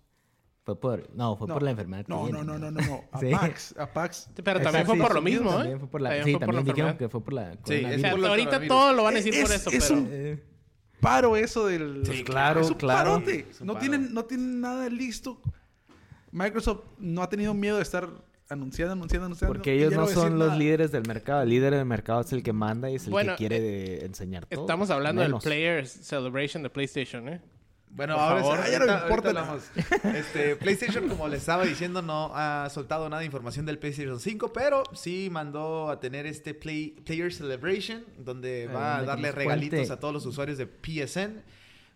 D: Fue por, no, fue
B: No.
D: por la enfermedad. que
B: No,
D: viene,
B: no, no, no, no. no. A
D: Ah, Sí.
B: PAX, a PAX.
E: Pero también
D: Exacto,
E: fue
D: sí,
E: por lo
D: sí,
E: mismo, ¿eh?
D: también fue por la-
E: fue
D: sí,
E: por la
D: también dijeron
E: enfermedad.
D: que fue por la.
A: Sí, es
E: O sea,
A: por lo
E: ahorita
A: coronavirus.
E: todo lo van a decir por
B: Es-
E: eso,
B: es
E: pero...
B: un- Paro eso del...
A: Sí,
C: claro,
B: Es un
C: claro.
B: parote.
A: Es un
B: No
A: paro.
B: tienen, no tienen nada listo. Microsoft no ha tenido miedo de estar anunciando, anunciando, anunciando.
C: Porque
B: y
C: ellos
B: ya
C: no
B: va a decir
C: son los
B: nada.
C: líderes del mercado. El líder del mercado es el que manda y es el
E: Bueno,
C: que quiere de- enseñar todo.
E: Estamos hablando
C: Menos. Eh,
E: del Players Celebration de PlayStation, ¿eh?
A: Bueno,
E: Por
A: ahora
E: favor.
A: sí,
B: Ah, ya no me
A: ahorita- ahorita
B: importa
A: hablamos. Este, PlayStation, como les estaba diciendo, no ha soltado nada de información del PlayStation 5, pero sí mandó a tener este Play- Player Celebration, donde
D: Ah,
A: va a
D: donde
A: darle
D: nos
A: regalitos
D: cuente.
A: a todos los usuarios de PSN.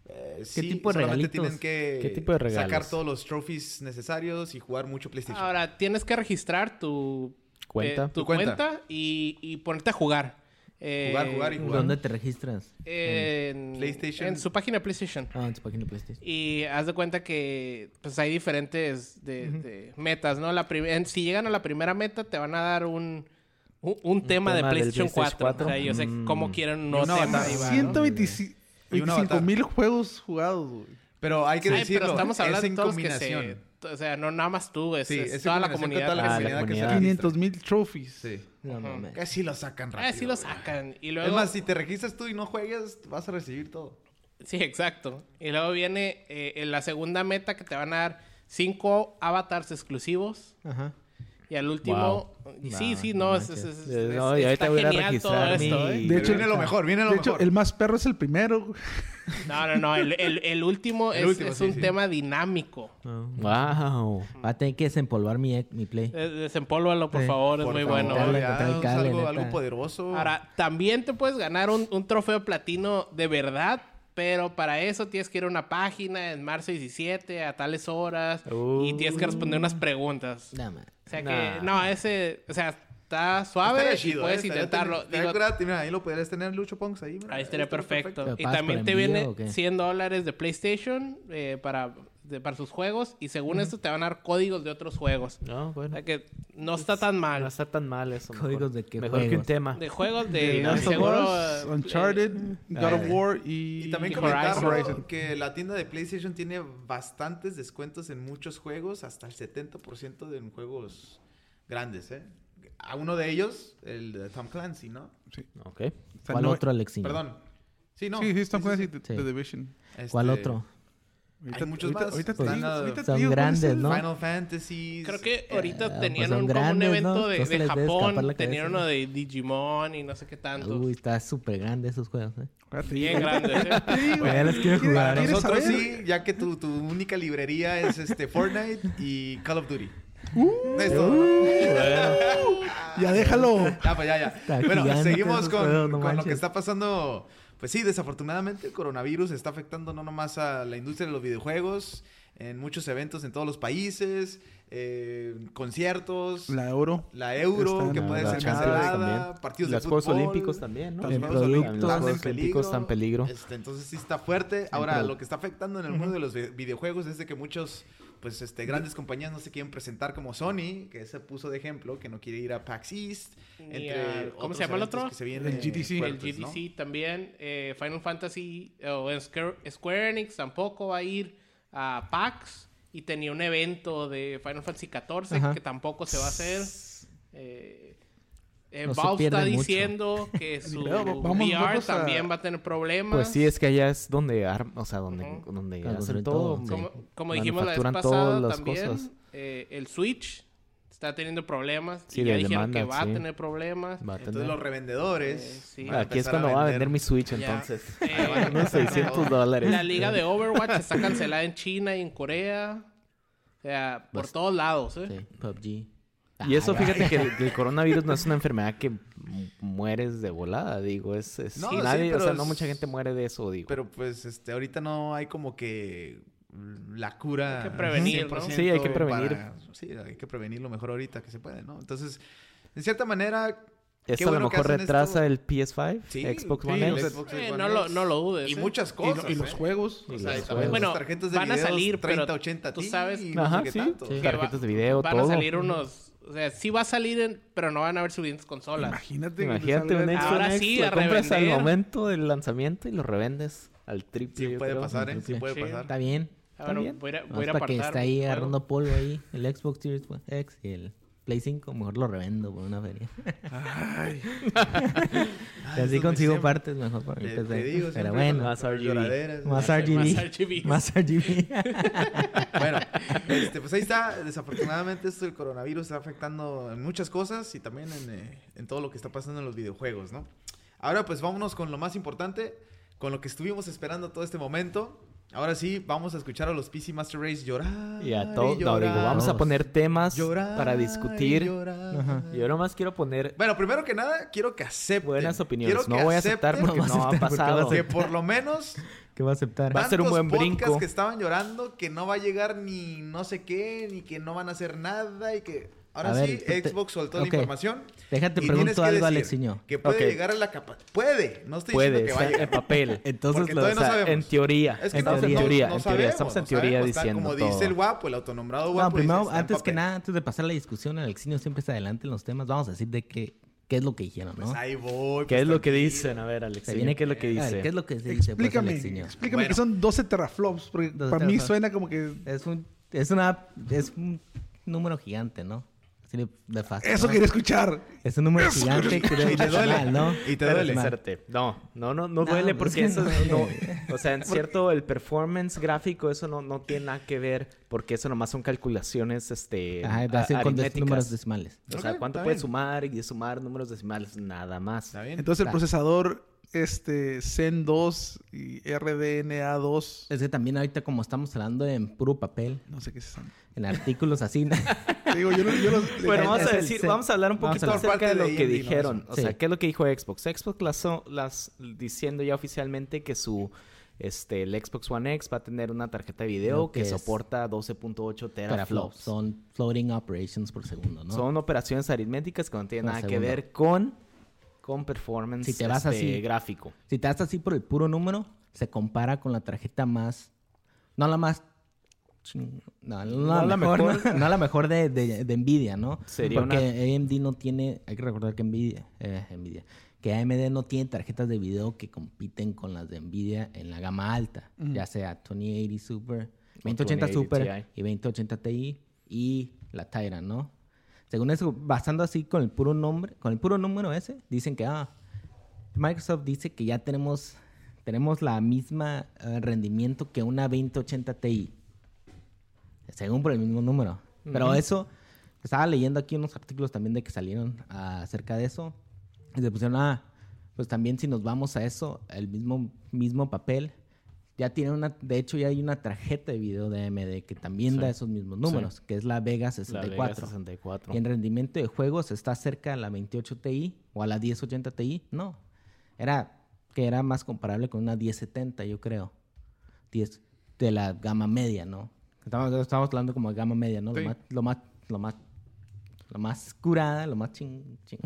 A: Eh,
D: tipo
A: solamente
D: de regalitos?
A: tienen que
C: ¿Qué tipo de regalos?
A: sacar todos los trophies necesarios y jugar mucho PlayStation.
E: Ahora, tienes que registrar tu,
C: Cuenta.
E: eh, tu
A: Tu cuenta.
E: cuenta, y, y ponerte a jugar. Eh,
A: Jugar, jugar y jugar.
D: ¿Dónde te registras?
E: En,
A: PlayStation.
E: en su página de PlayStation.
D: Ah, en tu página de PlayStation.
E: Y haz de cuenta que pues hay diferentes de, de metas, ¿no? La prim- en- si llegan a la primera meta, te van a dar un, un, un tema, de
C: tema del
E: PlayStation 4.
C: PlayStation 4.
E: O sea, yo sé
C: Mm.
E: cómo quieren
A: Y
E: no
A: un
E: tema
A: avatar.
E: ahí va, ¿no?
B: 125
A: Y un avatar.
B: mil juegos jugados, güey.
A: Pero hay que
E: Ay,
A: decirlo,
E: pero estamos hablando
A: es en
E: de todos los que
A: combinación.
E: se... t- O sea, no nada más tú, es,
A: Sí,
E: es
A: es en
E: toda la
A: combinación con
E: comunidad.
A: toda la
C: Ah, la
A: comunidad que se
C: comunidad.
A: registra.
B: 500 mil trophies.
A: Sí.
D: No mames.
A: Que sí lo sacan rápido.
E: Ah, sí lo
A: güey.
E: sacan. Y
A: Es
E: luego...
A: más, si te registras tú y no juegas, vas a recibir todo.
E: Sí, exacto. Y luego viene eh, en la segunda meta que te van a dar cinco avatars exclusivos.
D: Ajá.
E: Y al último... y Sí,
C: No,
E: sí,
C: no
E: no, es,
C: manches.
E: es- es-
C: Eh,
E: es-
C: no, y ahorita
E: está
C: voy a ir a
E: genial todo
C: registrar
E: esto,
C: mi-
E: ¿eh?
C: De
A: Pero
B: hecho,
A: viene lo mejor, viene lo
B: De
A: mejor.
B: hecho, el más perro es el primero. güey.
E: No, no, no. El, el- el último
A: El
E: es,
A: último,
E: es
A: sí, Ah.
E: un
A: sí.
E: tema dinámico.
C: Wow.
D: Va a tener que desempolvar mi, mi play.
E: Eh, Desempólvalo, por
D: Sí.
E: favor. Es
A: Por
E: muy
A: favor,
E: bueno.
D: Dale,
A: ya,
D: dale,
A: es
D: dale,
A: algo,
D: neta.
A: algo poderoso.
E: Ahora, también te puedes ganar un, un trofeo platino de verdad, pero para eso tienes que ir a una página en marzo 17 a tales horas y
A: Uh.
E: tienes que responder unas preguntas.
D: Nada más.
E: O sea
C: Nah.
E: que, no, ese, o sea, está suave
A: Estaría
E: y
A: chido,
E: puedes
A: eh, estaría
E: intentarlo.
A: tener- estaría
E: Digo,
A: curado. Mira, ahí lo podrías tener Lucho Pongs ahí. mira,
E: ahí estaría perfecto.
D: perfecto.
E: Y
D: ¿Pagas
E: también
D: por
E: te
D: envío
E: viene
D: o qué?
E: 100 dólares de PlayStation eh, para, de- para sus juegos y según esto te van a dar códigos de otros juegos.
C: No,
E: O
C: bueno.
E: sea que no
D: pues,
E: está tan mal.
C: No está tan mal eso. mejor.
D: Códigos de qué
C: Mejor que un
D: juegos.
C: tema.
E: De juegos de,
B: Last of
E: seguro,
B: Us,
E: eh,
B: Uncharted, God of War y...
A: Y también
E: Y
A: comentarlo
E: Horizon.
A: que la tienda de PlayStation tiene bastantes descuentos en muchos juegos, hasta el 70% de en juegos grandes, ¿eh? A uno de ellos, el de Tom Clancy, ¿no?
C: Ok.
B: O sea,
D: ¿Cuál
B: no-
D: otro, Alexi?
A: Perdón. Sí, no.
B: Sí, sí, Tom Clancy,
A: sí.
B: The,
D: Sí.
B: The Division.
D: ¿Cuál
A: Este,
D: otro?
A: Hay muchos
B: ahorita,
A: más.
B: Ahorita te
A: Pues,
B: digo,
A: nada,
B: ahorita te
D: son
B: digo cuál es
D: grandes,
B: el-
D: ¿no?
A: Final Fantasy.
E: Creo que ahorita
D: Ah, pues
E: tenían
D: son
E: un,
D: grandes,
E: como un
D: ¿no?
E: evento de,
D: No se
E: de
D: les debe escapar
E: Japón,
D: la
E: tenían
D: cabeza,
E: uno de Digimon y no sé qué tanto.
D: Uy, está súper grande esos juegos, ¿eh? Pues
B: Ahorita te
E: Bien
B: digo.
E: grande. ¿eh?
D: Ya las quiero
B: ¿Quieres-
D: jugar.
B: quieres
A: Nosotros
B: saber?
A: sí, ya que tu, tu única librería es este Fortnite y Call of Duty. Esto.
B: Uh, Ya déjalo.
A: Ya, pues ya, ya.
D: Está
A: bueno,
D: gigante
A: seguimos
D: esos
A: con,
D: juegos, no
A: con lo que
D: manches.
A: está pasando. Pues sí, desafortunadamente el coronavirus está afectando no nomás a la industria de los videojuegos, en muchos eventos en todos los países, eh, conciertos, la,
B: La euro.
A: euro
B: Está
A: que
B: en
A: puede
B: la
A: ser
B: Champions
A: cancelada,
C: también.
A: partidos
C: los
A: de
C: Juegos
A: fútbol,
C: Olímpicos también, ¿no?
A: los
D: En
A: Juegos Olímpicos están
D: productos.
C: Los Juegos
A: en
C: Olímpicos están en peligro.
A: Este, entonces sí está fuerte. Ahora, lo que está afectando en el mundo de los vi- videojuegos es de que muchos, pues, este, grandes compañías no se quieren presentar como Sony, que se puso de ejemplo, que no quiere ir a PAX East.
E: Ni
A: Entre
E: a- ¿Cómo
A: otros
E: se llama el
A: eventos
E: otro?
A: que se vienen
B: El GDC.
E: El
A: fuertes, ¿no?
E: GDC también, eh, Final Fantasy o en Square, Square Enix tampoco va a ir a PAX y tenía un evento de Final Fantasy XIV
D: Ajá.
E: que tampoco se va a hacer. Eh, eh,
D: No se
E: Valve está
D: pierde mucho.
E: diciendo que su
B: pedo, vamos-
E: VR
B: vamos a-
E: también va a tener problemas.
C: Pues sí, es que allá es donde, ar- o sea, donde,
E: Ujú.
C: donde
D: Claro,
C: hacen
D: sobre
C: todo.
D: todo,
C: hombre.
D: sí.
E: Como, como dijimos la vez
C: Manufacturan
E: pasada
C: todas las
E: también,
C: cosas.
E: eh, el Switch está teniendo problemas.
C: Sí,
E: y ya
C: de
E: dijeron que
C: demanda,
E: va
C: sí.
E: a tener problemas.
C: Va a
A: Entonces
C: tener-
A: los revendedores.
E: Eh, sí.
A: van a
C: Aquí es
A: empezar
C: cuando va a vender mi Switch,
E: Ya.
C: entonces.
E: Eh,
C: Ahí van unos 600 dólares.
E: La liga de Overwatch está cancelada en China y en Corea. O sea, por
C: Pues,
D: Bast-
E: todos lados, ¿eh?
D: Sí, PUBG.
C: Y
D: Ah,
C: eso, fíjate que el, el coronavirus no es una enfermedad que mu- mueres de volada, digo. Es, es-
A: No,
C: y
A: sí,
C: nadie, o
A: pero
C: sea,
A: es-
C: no mucha gente muere de eso, digo.
A: Pero pues este ahorita no hay como que la cura.
E: Hay que prevenir,
A: 100%
C: ¿no? Sí, hay que prevenir.
A: para- sí, hay que prevenir lo mejor ahorita que se puede, ¿no? Entonces, de cierta manera, qué
C: esto a
A: bueno
C: lo
A: que
C: mejor
A: hacen
C: retrasa
A: esto.
C: el PS5,
A: sí.
C: Xbox
A: sí,
C: One
A: el
C: X.
A: Xbox
E: Eh,
A: One
E: no, lo,
A: X.
E: no lo dudes.
A: Y
E: ¿eh?
A: muchas
B: Y, lo-
A: cosas.
B: y los
A: ¿eh?
B: juegos.
A: O
C: Y
A: sea,
C: los
A: y también
C: juegos.
A: las
E: Bueno,
A: tarjetas de
E: van a
A: video,
E: salir, pero
A: 30, 80
E: tú
A: ti,
E: sabes-
A: y no sé
C: Ajá,
A: qué
C: sí.
A: tanto.
C: sí,
E: Que
C: Tarjetas
E: va-
C: de video,
E: Van
C: todo.
E: a salir unos... O sea, sí va a salir, en- pero no van a haber suficientes consolas.
B: Imagínate. que te
C: Imagínate
B: salga
C: un
B: el-
C: Xbox
E: Ahora
C: One X,
E: sí,
C: lo
E: a
C: compras al
E: revender.
C: momento del lanzamiento y lo revendes al triple.
A: Sí
C: yo
A: puede
C: creo.
A: pasar, ¿eh? Sí
C: Entonces,
A: puede
E: Sí.
A: pasar.
D: Está bien.
E: Ah, bueno,
C: bien.
E: voy a ir a-
D: Más
E: voy a ir a
D: para que
E: apartar
D: está
E: mi
D: ahí
E: juego.
D: agarrando polvo ahí. El Xbox Series X y el Play 5. Mejor lo revendo por una feria.
A: Ay,
D: Y así
A: esos Ah, me
D: consigo
A: siempre-
D: partes mejor para mi
A: Te, te
D: PC.
A: digo, siempre
D: Pero bueno.
A: con
C: más RGB.
A: lloraderas. ¿eh?
D: Más
E: Más
D: RGB.
E: RGB.
D: Más RGB.
A: Bueno, este, pues ahí está. Desafortunadamente, esto del coronavirus está afectando en muchas cosas y también en, eh, en todo lo que está pasando en los videojuegos, ¿no? Ahora, pues vámonos con lo más importante, con lo que estuvimos esperando todo este momento. Ahora sí, vamos a escuchar a los PC Master Race llorar.
C: Y a todos, no, digo,
A: llorar,
C: vamos a
D: Todos.
C: poner temas
A: llorar
C: para
A: y
C: discutir.
A: llorar.
C: Yo nomás quiero poner
A: Bueno, primero que nada, quiero que acepten.
C: buenas opiniones.
A: Quiero
C: No
A: que
C: voy a aceptar
A: acepten
C: porque
D: no
C: no
D: va a
C: ha
D: aceptar porque va a
C: pasado.
A: que por lo menos
D: ¿Qué va a aceptar?
C: Va a ser un
A: tantos
C: buen brinco.
A: podcasts que estaban llorando que no va a llegar ni no sé qué, ni que no van a hacer nada y que Ahora
D: A
A: sí,
D: ver, tú te-
A: Xbox soltó
D: ok.
A: la información.
D: Déjate
A: y tienes que
D: pregunto algo,
A: decir
D: Alexiño.
A: Que puede
C: Ok.
A: llegar a la capa. Puede, no estoy
C: Puede,
A: diciendo que
C: está
A: vaya. a
C: en
A: llegar.
C: papel.
A: Porque
C: Entonces, lo- o
A: todavía no
C: sea,
A: sabemos.
C: en teoría,
A: Es que
C: en
A: no,
C: teoría,
A: no-
C: en teoría,
A: no
C: en teoría,
A: sabemos,
C: estamos en
A: no
C: teoría
A: sabemos. Está-
C: diciendo
A: Como
C: todo.
A: dice el guapo, el autonombrado guapo.
D: No, primero,
A: dice, está en
D: antes que
A: papel.
D: nada, antes de pasar la discusión, Alexiño siempre está adelante en los temas. Vamos a decir de qué, qué es lo que dijeron, ¿no?
A: Pues ahí voy.
C: ¿Qué
A: pues
C: es lo que
A: tranquilo.
C: dicen? A ver, Alex,
D: Se viene-
C: ¿qué es lo que
D: A ver,
C: dice?
D: ¿Qué es lo que se dice, pues,
B: Explícame,
D: Alexiño?
B: explícame
A: Bueno.
B: que son 12 teraflops, porque
D: 12
B: para mí
D: teraflops.
B: suena como que
D: Es un, es una, es un número gigante, ¿no? Así de, de fácil.
B: eso
D: ¿no?
B: quería escuchar.
D: Es un número gigante que
A: Y te duele.
D: mal, ¿no?
A: Y te
C: Pero
A: duele.
C: inserte. No, no, no, no
D: No,
C: duele
D: pues
C: porque
D: que
C: eso
D: no
C: no. O sea, en cierto, el performance gráfico, eso no, no tiene nada que ver porque eso nomás son calculaciones este,
D: Ajá,
C: a-
D: hacen con des-
C: aritméticas.
D: números decimales.
C: O sea,
A: Ok,
C: ¿cuánto
A: está
C: puedes
A: bien.
C: sumar y sumar números decimales? Nada más.
A: Está bien.
B: Entonces el
D: Claro.
B: procesador este Zen 2 y RDNA 2,
D: Es que también ahorita como estamos hablando en puro papel,
B: no sé qué es eso.
D: en artículos así,
B: Te digo, yo, lo- yo los-
C: Bueno,
D: Es-
C: vamos
D: es
C: a
D: el
C: decir,
D: set.
C: vamos a hablar un
D: Vamos
C: poquito
D: a hablar.
C: acerca de
A: Parte
C: lo
A: de
C: que
A: AMD, ¿no?
C: dijeron. O
D: Sí.
C: sea, ¿qué es lo que dijo Xbox? Xbox lanzó las diciendo ya oficialmente que su este el Xbox One X va a tener una tarjeta de video
D: Lo
C: que,
D: que es-
C: soporta 12.8
D: para
C: teraflops. Son,
D: son floating operations por segundo, ¿no?
C: operaciones aritméticas que no tienen
D: Por
C: nada que
D: segundo.
C: ver con con performance
D: Si te vas
C: este,
D: así.
C: gráfico.
D: Si te das así por el puro número, se compara con la tarjeta más. No la más. ching- No, no la mejor, ¿no? No la mejor de, de- de Nvidia, ¿no?
C: Sería
D: Porque AMD no tiene. Hay que recordar que Nvidia, eh, Nvidia. Que AMD no tiene tarjetas de video que compiten con las de Nvidia en la gama alta. Ya sea 2080 Super, 2080 Super
C: 2080
D: y 2080 Ti y la Titan, ¿no? Según eso, basando así con el puro nombre, con el puro número ese, dicen que ah, Microsoft dice que ya tenemos tenemos la misma eh, rendimiento que una 2080 Ti. Según por el mismo número. Pero eso, estaba leyendo aquí unos artículos también de que salieron ah, acerca de eso. Y se pusieron, ah, pues también si nos vamos a eso, el mismo, mismo papel. Ya tiene una, de hecho ya hay una tarjeta de video de AMD que también
C: Sí.
D: da esos mismos números, que es la Vega
C: La
D: 64.
C: Vega 64.
D: Y en rendimiento de juegos está cerca a la 28 Ti o a la 1080 Ti. No. Era que era más comparable con una 1070, yo creo. 10 de la gama media, ¿no? Estamos, estamos hablando como de gama media, ¿no?
B: Sí.
D: Lo más, lo más, lo más, lo más curada, lo más ching, ching.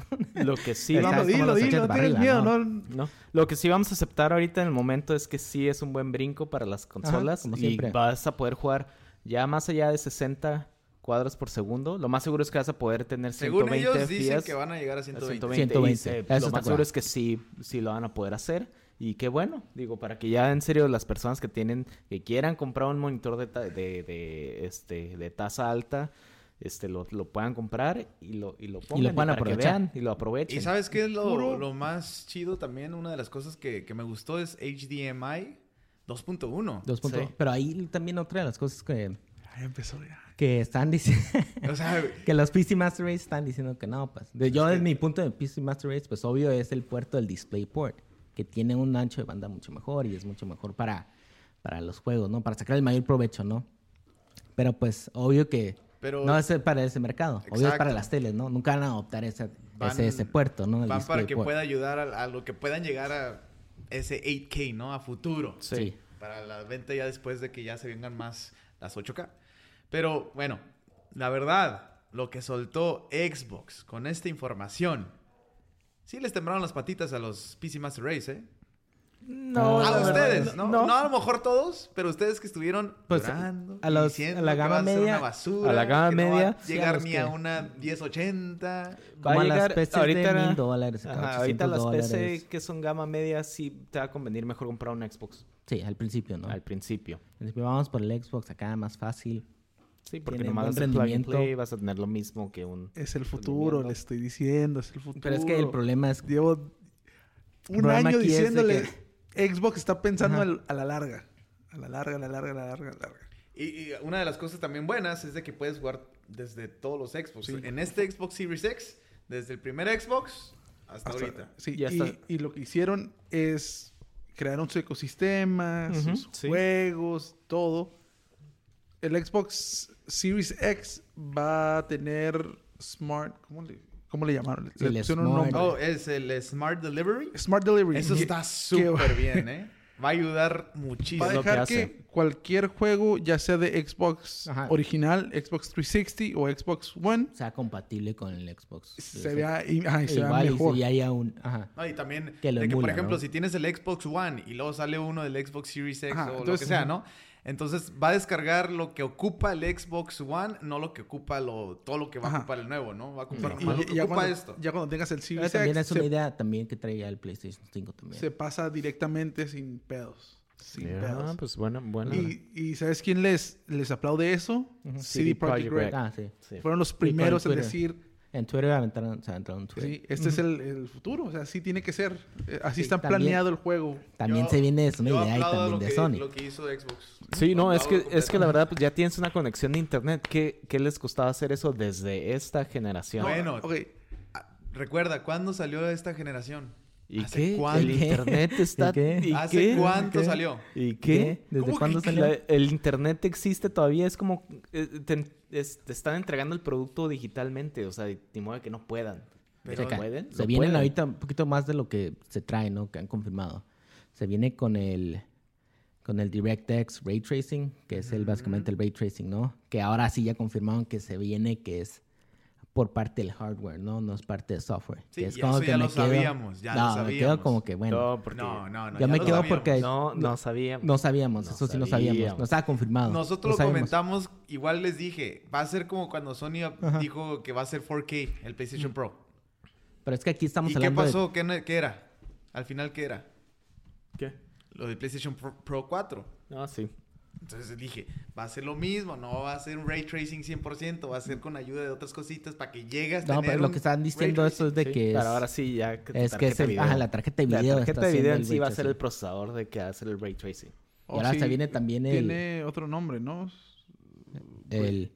C: Lo que sí
B: Dilo,
C: vamos,
D: Exacto. sabes cómo
B: dilo,
D: los
B: dilo,
D: echas
B: no
D: para
B: tienes miedo,
D: arriba, ¿no?
B: no
C: ¿no? Lo que sí vamos a aceptar ahorita en el momento es que sí es un buen brinco para las consolas
D: como
C: y
D: siempre.
C: vas a poder jugar ya más allá de 60 cuadros por segundo. Lo más seguro es que vas a poder tener
A: Según
C: 120
A: ellos dicen
C: FPS,
A: que van a llegar a 120.
C: 120. y
D: 120,
C: se-
D: eso
C: lo
D: está
C: más seguro
D: claro.
C: es que sí, sí lo van a poder hacer. Y qué bueno, digo, para que ya en serio las personas que tienen, que quieran comprar un monitor de, ta- de, de, este, de tasa alta, este, lo, lo puedan comprar y lo, y lo pongan.
D: puedan
C: para que
D: aprovechar.
C: vean y lo aprovechen.
A: ¿Y sabes qué es lo,
B: Puro-
A: lo más chido también? Una de las cosas que, que me gustó es HDMI 2.1.
D: Dos puntos.
C: Sí.
D: Pero ahí también otra de las cosas que,
B: Ay, empezó ya.
D: que están diciendo.
A: O sea,
D: Que los PC Master Race están diciendo que no, pues. De- yo, desde mi punto de PC Master Race, pues obvio es el puerto del DisplayPort, que tiene un ancho de banda mucho mejor y es mucho mejor para, para los juegos, ¿no? Para sacar el mayor provecho, ¿no? Pero pues obvio que
A: Pero-
D: no es para ese mercado, obvio es para
A: Exacto.
D: las teles, ¿no? Nunca van a adoptar ese,
A: Van-
D: ese, ese puerto, ¿no? El
A: van para que
D: DisplayPort.
A: pueda ayudar a, a lo que puedan llegar a ese 8K, ¿no? A futuro.
C: Sí.
D: Sí.
A: Para la venta ya después de que ya se vengan más las 8K. Pero bueno, la verdad, lo que soltó Xbox con esta información. Sí les temblaron las patitas a los PC Master Race, ¿eh?
C: No,
A: a
C: la verdad,
A: ustedes, ¿no? No a lo mejor todos, pero ustedes que estuvieron
D: Pues,
A: llorando,
D: a los-
A: diciendo
D: a la
A: que
D: gama
A: va a ser
D: media-
A: una basura,
C: a la gama
A: que no va
C: media,
A: a
D: sí, a
A: llegar
D: los
A: ni
D: que-
A: a una 1080.
C: Va
D: Como
C: a
D: a las
C: llegar-
D: PCs
C: ahorita-
D: de mil dólares,
C: Ajá,
D: 800
C: ahorita las
D: dólares.
C: PC que son gama media sí te va a convenir mejor comprar un Xbox
D: Sí, al principio, ¿no?
C: al principio.
D: Al principio vamos por el Xbox acá, más fácil.
C: Sí, porque
D: Tiene
C: nomás
D: buen
C: vas a hacer plug and
D: rendimiento.
C: play, vas a tener lo mismo que un
B: Es el futuro, le estoy diciendo, es el futuro.
D: Pero es que el problema es
B: Llevo un
D: problema
B: año
D: aquí es de
B: diciéndole, Xbox está pensando al- a la larga. A la larga, a la larga, a la larga, a la larga.
A: Y, y una de las cosas también buenas es de que puedes jugar desde todos los Xbox. En este Xbox Series X, desde el primer Xbox hasta,
B: Hasta-
A: ahorita.
B: Sí,
C: Ya
B: y,
C: está.
B: y lo que hicieron es crearon su ecosistema,
C: Ujú,
B: sus
C: sí.
B: juegos, todo. El Xbox Series X va a tener Smart. ¿Cómo le, cómo le llamaron?
D: Sí, el
B: pusieron un
D: Smart.
B: nombre.
A: Oh, es el Smart Delivery.
B: Smart Delivery.
A: Eso
B: Que-
A: está
B: que-
A: súper bien, ¿eh? Va a ayudar
B: Va a
A: muchísimo.
C: lo que
B: dejar que,
C: hace.
B: cualquier juego, ya sea de Xbox
D: Ajá.
B: original, Xbox 360 o Xbox One,
D: sea compatible con el Xbox.
B: se vea, y- ajá, y se vea
D: igual y
B: mejor.
D: si haya un... Ajá.
A: No, y también
D: Que lo
A: de que, por
D: emula,
A: ejemplo,
D: ¿no?
A: si tienes el Xbox One y luego sale uno del Xbox Series X
B: Ajá,
A: o lo que
B: entonces,
A: sea,
B: ajá.
A: ¿no? Entonces va a descargar lo que ocupa el Xbox One, no lo que ocupa lo, todo lo que va
B: Ajá.
A: a ocupar el nuevo, ¿no? Va a ocupar
B: Y-
A: nomás lo
B: y
A: que
B: ya,
A: ocupa
B: cuando,
A: esto.
B: ya cuando tengas el
D: Pero
B: Series
D: también
B: X,
D: es una
B: se,
D: idea también que traía el PlayStation 5 también.
B: se pasa directamente sin pedos. Sin
C: Ya,
B: pedos.
C: pues bueno, bueno.
B: Y, y ¿sabes quién les, les aplaude eso?
D: Ujú.
B: CD Projekt
C: Projekt
B: Red.
C: Red.
D: Ah, sí.
C: Sí.
B: Fueron los
D: con el
B: primeros en
D: Twitter.
B: decir,
D: En Twitter aventaron- se aventaron un tweet.
B: sí, este es el, el futuro. O sea, así tiene que ser. Eh, Así
D: Sí,
B: está
D: también.
B: planeado el juego.
D: También
A: Yo-
D: se viene es una
A: Yo
D: idea y
A: aplaudo
D: también
A: lo
D: de
A: que-
D: Sony.
A: Lo que hizo Xbox.
C: Sí, no, es
A: Aplaudo
C: que, es que la
A: completamente.
C: verdad, pues ya tienes una conexión de internet. ¿Qué, qué les costaba hacer eso desde esta generación?
A: Bueno,
B: Ok,
A: recuerda, ¿cuándo salió esta generación?
C: ¿Y
A: ¿hace
C: qué?
A: cuándo?
C: El
D: ¿Qué?
C: internet está...
D: ¿Y qué?
C: ¿y
A: ¿Hace
C: qué?
A: cuánto
C: ¿Qué?
A: salió?
C: ¿Y
D: ¿Qué?
C: qué?
D: ¿Desde
A: ¿Cómo
D: cuándo
A: que
D: salió?
C: La- el internet existe todavía, es como eh, te, es- te están entregando el producto digitalmente, o sea, de de modo que no puedan.
A: Pero-
C: ¿Lo pueden?
D: Se
C: Lo
D: vienen
C: pueden.
D: ahorita un poquito más de lo que se trae, ¿no? Que han confirmado. Se viene con el con el DirectX Ray Tracing, que es el, básicamente el Ray Tracing, ¿no? Que ahora sí ya confirmaron que se viene, que es por parte del hardware, ¿no? No es parte del software.
A: Sí,
D: Que es
A: y eso ya lo sabíamos, ya lo
D: no, me quedo
A: sabíamos.
D: como que, bueno,
C: No, porque
A: No, no, no.
D: Yo
A: ya
D: me
A: lo
D: quedo
A: sabíamos.
D: porque-
C: no, no sabíamos.
D: no sabíamos,
C: No
D: eso sí no sabíamos,
C: sabíamos.
D: no estaba confirmado.
A: Nosotros
D: no
A: lo
D: sabíamos.
A: comentamos, igual les dije, va a ser como cuando Sony dijo que va a ser 4K el PlayStation Pro.
D: Pero es que aquí Mm. estamos
A: ¿Y qué
D: hablando de-
A: pasó? ¿Qué, no- qué era? Al final, ¿qué era?
C: ¿Qué?
A: Lo del PlayStation Pro, Pro 4.
C: No, sí.
A: Entonces dije, va a ser lo mismo, no va a ser un ray tracing 100%, va a ser con ayuda de otras cositas para que llegues a
D: No,
A: tener
D: pero lo
A: un
D: que están
A: ray
D: diciendo
A: tracing.
D: eso es de
C: Sí,
D: que es,
C: pero ahora sí ya tu
D: es que es
C: tarjeta
D: el-
C: video-
D: ajá, la tarjeta de
C: la
D: video
C: tarjeta
D: está
C: de video
D: haciendo
C: en
D: el
C: sí va a
D: ray
C: ser el
D: tracing.
C: procesador de que va a hacer el ray tracing.
B: oh,
D: ahora se viene también el-
B: Tiene otro nombre, ¿no?
D: El,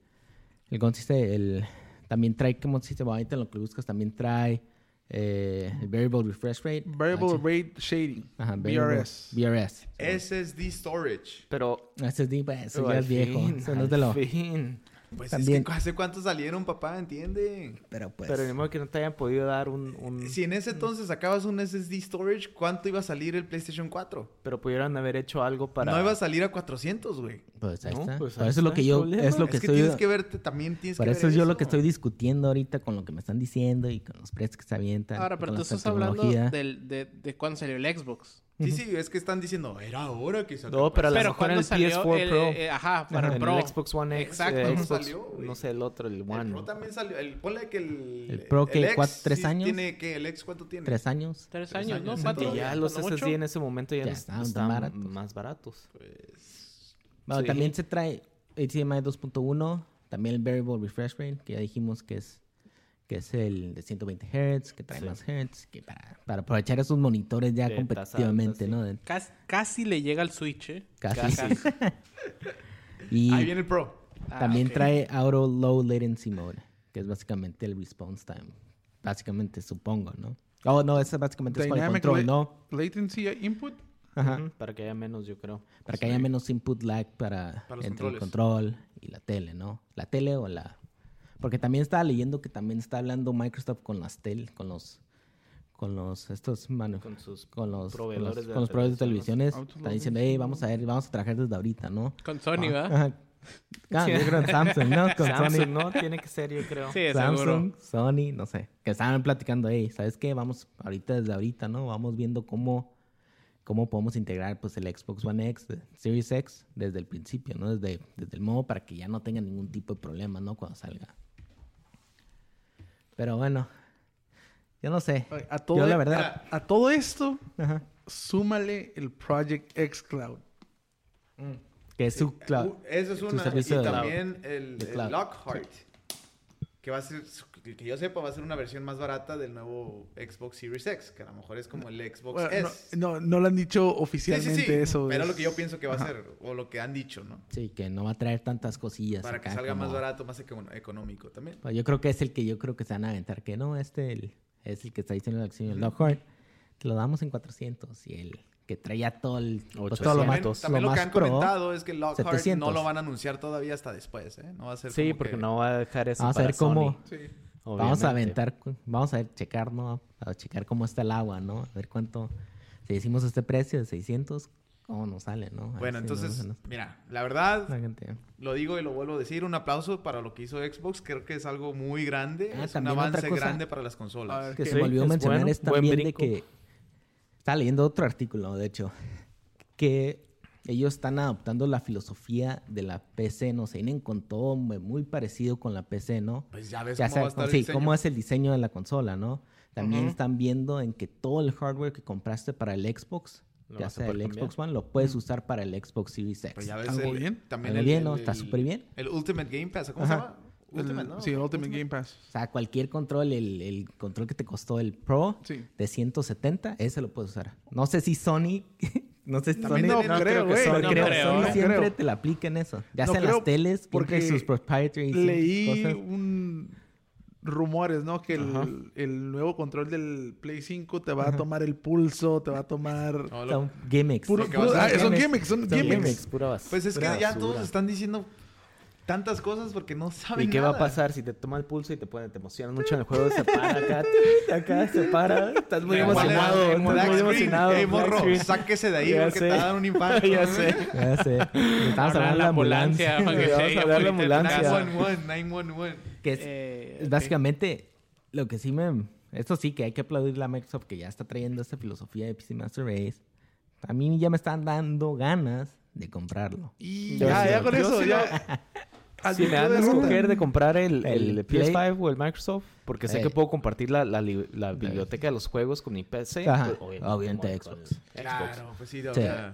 D: el consiste, el, también trae, como se dice, ahorita en lo que buscas, también trae eh, el Variable Refresh Rate.
B: Variable
D: H-
B: Rate Shading.
D: Ajá, variable-
B: VRS.
D: VRS.
A: SSD storage.
C: Pero
D: Ese es, di- pues, eso
C: pero
D: ya
C: al
D: es viejo.
C: fin,
D: eso no es
C: al
D: de lo-
C: fin.
A: Pues
D: También.
A: es que hace cuánto salieron, papá, entiende.
D: Pero pues,
C: Pero ni modo que no te hayan podido dar un...
D: Mm.
C: un-
A: Si en ese entonces sacabas un SSD storage, ¿cuánto iba a salir el PlayStation 4?
C: Pero pudieran haber hecho algo para...
A: No iba a salir a 400, güey.
D: pues ahí
C: No,
D: está.
C: pues
D: Pero
C: ahí
D: eso es lo
C: está
D: que
C: el
D: yo,
C: problema.
D: es lo
A: es
D: que
A: que
D: estoy...
A: tienes que verte, también tienes
D: por
A: que
D: eso
A: ver
D: es yo lo que estoy discutiendo ahorita con lo que me están diciendo y con los precios que se avientan.
E: Ahora,
D: y
E: pero
D: con
E: tú
D: esta
E: estás hablando
D: tecnología.
E: del- de, de cuando salió el Xbox.
A: Sí, sí, es que están diciendo, era ahora que salió.
C: No, pero a lo
E: Pero
C: mejor en
E: cuando
C: el
E: salió
C: PS4
E: el,
C: Pro.
E: eh, ajá, para
C: Ajá,
E: el
C: en
E: Pro.
C: el Xbox One X.
E: Exacto,
C: eh,
D: pues,
A: ¿cómo
C: Xbox-
A: salió, güey?
C: no sé, el otro, el
A: El
C: One.
A: Pro también salió. El, ponle que el.
D: El Pro, ¿qué?
A: X
D: ¿Cuatro- tres
A: sí
D: años?
A: ¿tiene qué? ¿El X cuánto tiene?
D: Tres años.
E: Tres
A: Tres
E: años,
A: años,
E: ¿no?
A: entonces.
E: ¿Cuánto?
C: Y ya los
E: ¿Cuánto?
C: SSD en ese momento ya,
D: Ya
C: no
D: estaban
C: estaban,
D: tan baratos.
C: más baratos.
A: Pues,
D: Bueno,
C: Sí.
D: también se trae HDMI 2.1, también el Variable Refresh Rate, que ya dijimos que es, que es el de 120 Hz, que trae
C: Sí.
D: más Hz, que para, para aprovechar esos monitores ya
C: De
D: competitivamente,
C: tasa alta,
D: ¿no? De-
E: Casi, casi le llega al Switch, ¿eh?
D: Casi.
C: Casi.
D: Y
A: Ahí viene el Pro.
E: Ah,
D: también
E: ok.
D: trae Auto Low Latency Mode, que es básicamente el response time. Básicamente, supongo, ¿no? Oh, no, ese básicamente es para el
B: Dynamic
D: control,
B: la-
D: ¿no?
B: Latency Input.
D: Ajá.
C: Ujú, Para que haya menos, yo creo.
D: Para que haya menos input lag para,
A: Para los
D: entre
A: controles.
D: el control y la tele, ¿no? La tele o la... Porque también estaba leyendo que también está hablando Microsoft con las tel, con los... Con los... Estos... manu-
C: Con sus
D: con los con los-
C: proveedores de
D: con los proveedores de televisiones.
B: Outlook.
D: Están diciendo, hey, vamos a ver, vamos a trabajar desde ahorita, ¿no?
E: Con Sony, ¿verdad?
D: Ajá. Ah, yo creo en Samsung, ¿no? Con
C: Samsung,
D: Sony.
C: ¿no? Tiene que ser, yo creo.
E: Sí, seguro.
D: Samsung, Sony, no sé. Que estaban platicando, hey, ¿sabes qué? Vamos ahorita desde ahorita, ¿no? Vamos viendo cómo, cómo podemos integrar pues el Xbox One X, eh, Series X, desde el principio, ¿no? Desde, desde el modo para que ya no tenga ningún tipo de problema, ¿no? Cuando salga. Pero bueno, yo no sé.
B: A todo,
D: Yo, la
B: e-
D: verdad-
B: a- a todo esto,
D: Ajá.
B: súmale el Project X Cloud.
D: Que es su cloud.
A: Uh, eso es
D: Tu
A: una. Y
D: servicio de cloud.
A: también el,
D: De
A: el
D: cloud.
A: Lockhart. Que va a ser, que yo sepa, va a ser una versión más barata del nuevo Xbox Series X, que a lo mejor es como el Xbox
B: Bueno, no-
A: S.
B: no, no, lo han dicho
A: sí, sí,
B: oficialmente
A: sí.
B: eso.
A: Pero
B: es-
A: lo que yo pienso que va a ser, o lo que han dicho, ¿no?
D: Sí, que no va a traer tantas cosillas.
A: Para que
D: acá
A: salga más
D: como-
A: barato, más econo- económico también.
D: Pues yo creo que es el que yo creo que se van a aventar. Que no, este el- es el que está diciendo el acción, el Lockhart. Te lo damos en 400. Y el que traía todo el... pues, todo lo más,
A: También, también lo,
D: lo
A: que
D: más
A: han
D: pro.
A: comentado es que Lockhart
D: 700.
A: no lo van a anunciar todavía hasta después, ¿eh? No va a ser
C: Sí,
A: como
C: porque
A: que-
C: no va a dejar eso
D: Vamos a
C: para
D: ver cómo-
C: Sony,
B: Sí.
D: Vamos a
C: obviamente.
D: aventar, cu- vamos a ver, checar, ¿no? A checar cómo está el agua, ¿no? A ver cuánto. Si decimos este precio de 600, Oh, no sale, ¿no? Ahí
A: Bueno,
D: sí, no,
A: entonces,
D: no, no.
A: mira, la verdad,
D: La gente-
A: lo digo y lo vuelvo a decir, un aplauso para lo que hizo Xbox, creo que es algo muy grande,
D: Ah,
A: es un
D: también otra
A: avance
D: cosa.
A: grande para las consolas.
B: Ah,
D: que
B: Ok,
D: se me olvidó
C: es
D: mencionar
C: bueno,
D: es
C: buen
D: también de
C: brinco.
D: que estaba leyendo otro artículo, de hecho, que ellos están adoptando la filosofía de la PC, no se vienen con todo muy muy parecido con la PC, ¿no?
A: Pues ya ves
D: Ya
A: cómo va a
D: sabes,
A: estar el
D: sí,
A: diseño.
D: cómo es el diseño de la consola, ¿no? También
E: Ujú.
D: están viendo en que todo el hardware que compraste para el Xbox,
C: Lo
D: ya
C: vas a
D: sea el
C: poder
D: Xbox One, lo puedes usar para el Xbox Series X.
A: Pues ya ves
B: Algo
A: el-
B: bien.
A: También
D: Algo
A: el,
D: bien, ¿no?
A: el-
D: Está
A: el-
D: superbién.
A: El Ultimate Game Pass, ¿cómo se
B: Ajá.
A: llama? Ultimate,
B: El-
A: ¿no?
B: Sí, el Ultimate Game Pass.
D: O sea, cualquier control, el, el control que te costó el Pro
B: Sí.
D: de 170, ese lo puedes usar. No sé si Sony, no sé si
A: También
D: Sony,
A: no
B: creo,
A: que
B: güey.
D: Sony
E: no
D: creo,
E: creo,
D: Sony
E: no
D: siempre
B: creo.
D: te la aplica en eso. Ya
B: No
D: sea en
B: creo,
D: las teles, porque
B: porque
D: sus proprietary sí,
B: Leí
D: cosas.
B: un rumores, ¿no? Que
C: Ajá.
B: el, el nuevo control del Play 5 te va a tomar el pulso, te va a tomar...
A: No, lo-
D: Son gimmicks.
B: Puro-
A: lo que vas
B: puro-
A: a
B: ah,
A: hacer.
B: son gimmicks, son
D: Son
B: gimmicks.
D: pura bas-
A: Pues es que
D: pura
A: ya
D: basura.
A: todos están diciendo tantas cosas porque no saben
C: ¿Y qué va
A: nada.
C: a pasar si te toma el pulso y te pone, te emociona mucho en el juego? Se para acá, te- acá se para. Estás muy
A: Black
C: emocionado.
A: screen,
C: Estás muy
A: black screen.
C: emocionado.
A: Ey,
C: black
A: morro,
C: screen.
A: sáquese de ahí
C: Ya
A: porque te
C: sé.
A: va a dar un impacto.
C: Ya sé.
D: Ya sé. Estabas
E: Ahora
D: hablando de la ambulancia.
E: para que
C: Sí,
E: se
C: vamos a
E: diga,
C: hablar de
E: "Oye, te
C: ambulancia".
E: trajo el-
A: 911, 911.
D: Que es-
E: Eh, ok.
D: Básicamente, lo que sí me... Esto sí que hay que aplaudir la Microsoft que ya está trayendo esta filosofía de PC Master Race. A mí ya me están dando ganas de comprarlo.
B: Y
C: Yo
B: ya,
C: sí.
B: ya con
C: Yo
B: eso,
C: sí
B: ya...
C: Si me dan a
B: Admitió derrota.
C: escoger de comprar el,
D: El
C: el,
D: Play.
C: PS5 o el Microsoft, porque sé
D: Ey.
C: que puedo compartir la, la, li- la biblioteca de los juegos con mi PC,
D: Ajá,
C: pues,
D: obviamente
C: como
D: Xbox.
C: con el Xbox.
A: Claro, pues sí, o sea,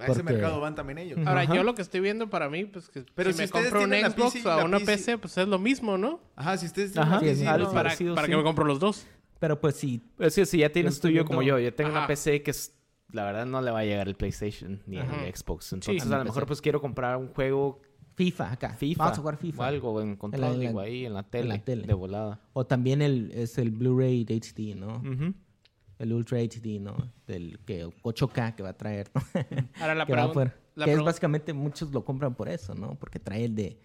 A: a ese
D: Porque-
A: mercado van también ellos.
E: Ahora,
D: Ajá.
E: yo lo que estoy viendo para mí, pues que
A: Pero
E: si,
A: si
E: me
A: ustedes
E: compro un
A: tienen la
E: Xbox
A: PC,
E: o
A: la
E: una
A: PC,
E: PC, pues es lo mismo, ¿no?
A: Ajá, si ustedes
C: Ajá.
A: tienen
D: Sí,
A: una
D: es
A: PC,
D: algo
A: no,
E: Para,
C: sí,
E: para
C: sí.
E: que me compro los dos.
D: Pero pues sí,
C: Pero sí, si ya tienes
D: Yo estoy
C: tú y yo como yo,
D: viendo-
C: yo tengo
E: Ajá.
C: una PC que es, la verdad no le va a llegar el PlayStation ni
E: Ajá.
C: el Xbox, entonces
D: a
C: a
D: mi
C: lo mejor
D: PC.
C: pues quiero comprar un juego
D: FIFA acá.
C: FIFA,
D: Vamos a jugar FIFA.
C: o algo en control,
D: en la-
C: digo, ahí en la tele,
D: tele.
C: de volada.
D: O también el, es el Blu-ray HD, ¿no?
A: Mm.
C: Ujú.
D: El Ultra HD, ¿no? Del que 8K que va a traer, ¿no?
E: Ahora la
D: que va
E: pregunta.
D: a poder-
E: la
D: que es
E: pregun-
D: básicamente muchos lo compran por eso, ¿no? Porque trae el de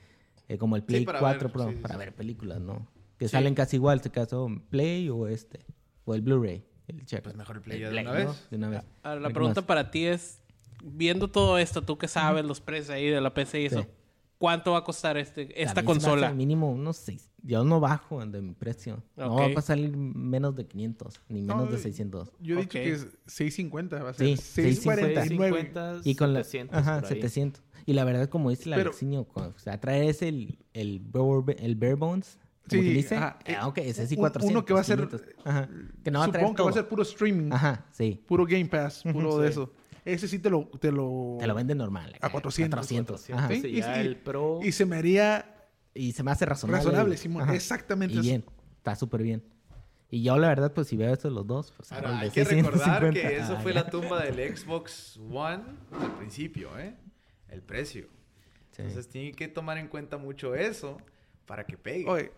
D: eh, como el Play
A: para
D: 4
A: ver,
D: Pro
A: sí, sí,
D: para
A: sí.
D: ver películas, ¿no? Que
A: Sí.
D: salen casi igual, se caso Play o este o el Blu-ray, el check.
A: Pues mejor el Play ya de una vez. Ah,
D: De una vez.
E: Ahora,
D: Lo
E: la
D: que
E: pregunta
D: más-
E: para ti es, viendo todo esto, tú que sabes los precios ahí de la PC y eso,
D: Sí.
E: ¿cuánto va a costar este,
D: a mí se
E: esta
D: me hace
E: consola?
D: al mínimo unos 6. Yo no bajo de mi precio. No va
E: Ok.
D: a salir menos de 500 ni menos de
B: y-
D: 600.
B: Yo he dicho
E: Ok.
B: que es 6.50, va a ser
D: Sí,
B: 6.49.
D: 6.49. Y con la
C: 700
D: ajá,
C: por ahí.
D: 700. Y la verdad, como dice el
B: Pero-
D: Alexinho, co- o sea, traes el, el, bare, el bare bones. Como
B: Sí,
D: que dice.
B: ajá.
D: eh, ah, ok, ese sí
B: Un-
D: 400.
B: uno que va a ser-
D: 500. Ajá. Que no va a traer
B: Supongo que va a
D: todo.
B: ser puro streaming,
D: Ajá, sí.
B: puro Game Pass, puro de
C: Sí.
B: eso. Ese sí te lo... Te lo,
D: Te lo venden normal. acá,
B: 400,
D: 400. ajá.
B: ¿sí?
C: Entonces,
B: Y-
C: ya
B: y-
C: el Pro... pues,
B: Y se me haría
D: Y se me hace razonable.
B: razonable, Simón.
D: Ajá.
B: Exactamente
D: Y
B: eso.
D: bien. Está súper bien. Y yo, la verdad, pues si veo estos los dos, pues agarro
A: Ahora,
D: el
A: hay
D: de
A: que recordar
D: 650.
A: que eso
D: Ah,
A: fue
D: ya.
A: la tumba del Xbox One al principio, ¿eh? El precio.
D: Sí.
A: Entonces tienen que tomar en cuenta mucho eso para que pegue.
B: Oye,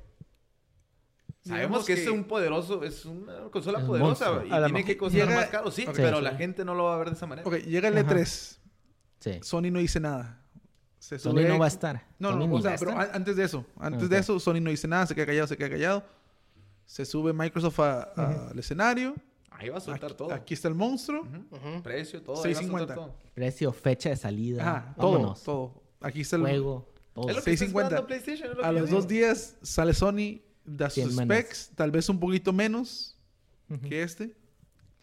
A: Sabemos que,
B: digamos
A: es un poderoso, es una consola
D: Es un
A: poderosa
D: monstruo.
A: y
B: A lo
A: tiene
B: mejor
A: que costar
B: llega-
A: más caro, sí,
B: Ok.
A: pero
D: Sí,
A: la
D: sí.
A: gente no lo va a ver de esa manera.
B: Ok, llega el
D: Ajá.
B: E3.
D: Sí.
B: Sony no dice nada. Se
D: Sony
B: sube-
D: no va a estar.
B: No,
D: Sony
B: no,
D: ni
B: o
D: va
B: sea,
D: a
B: pero
D: estar.
B: a- antes de eso. Antes
D: ok.
B: de eso, Sony no dice nada, se queda callado, se queda callado. Se sube Microsoft a- a- al escenario.
A: Ahí va a soltar
B: Aquí,
A: todo.
B: aquí está el monstruo.
E: Ujú.
A: Precio, todo. ahí va a soltar
B: 6.50.
A: todo.
D: Precio, fecha de salida.
B: Ajá, todo,
D: vámonos.
B: todo. Aquí está el
D: Juego. Todo.
A: Es lo que está
B: 6.50.
A: esperando PlayStation. es lo
B: A
A: que yo
B: los
A: digo.
B: dos días sale Sony, da sus
D: 100 menos.
B: specs, tal vez un poquito menos que este.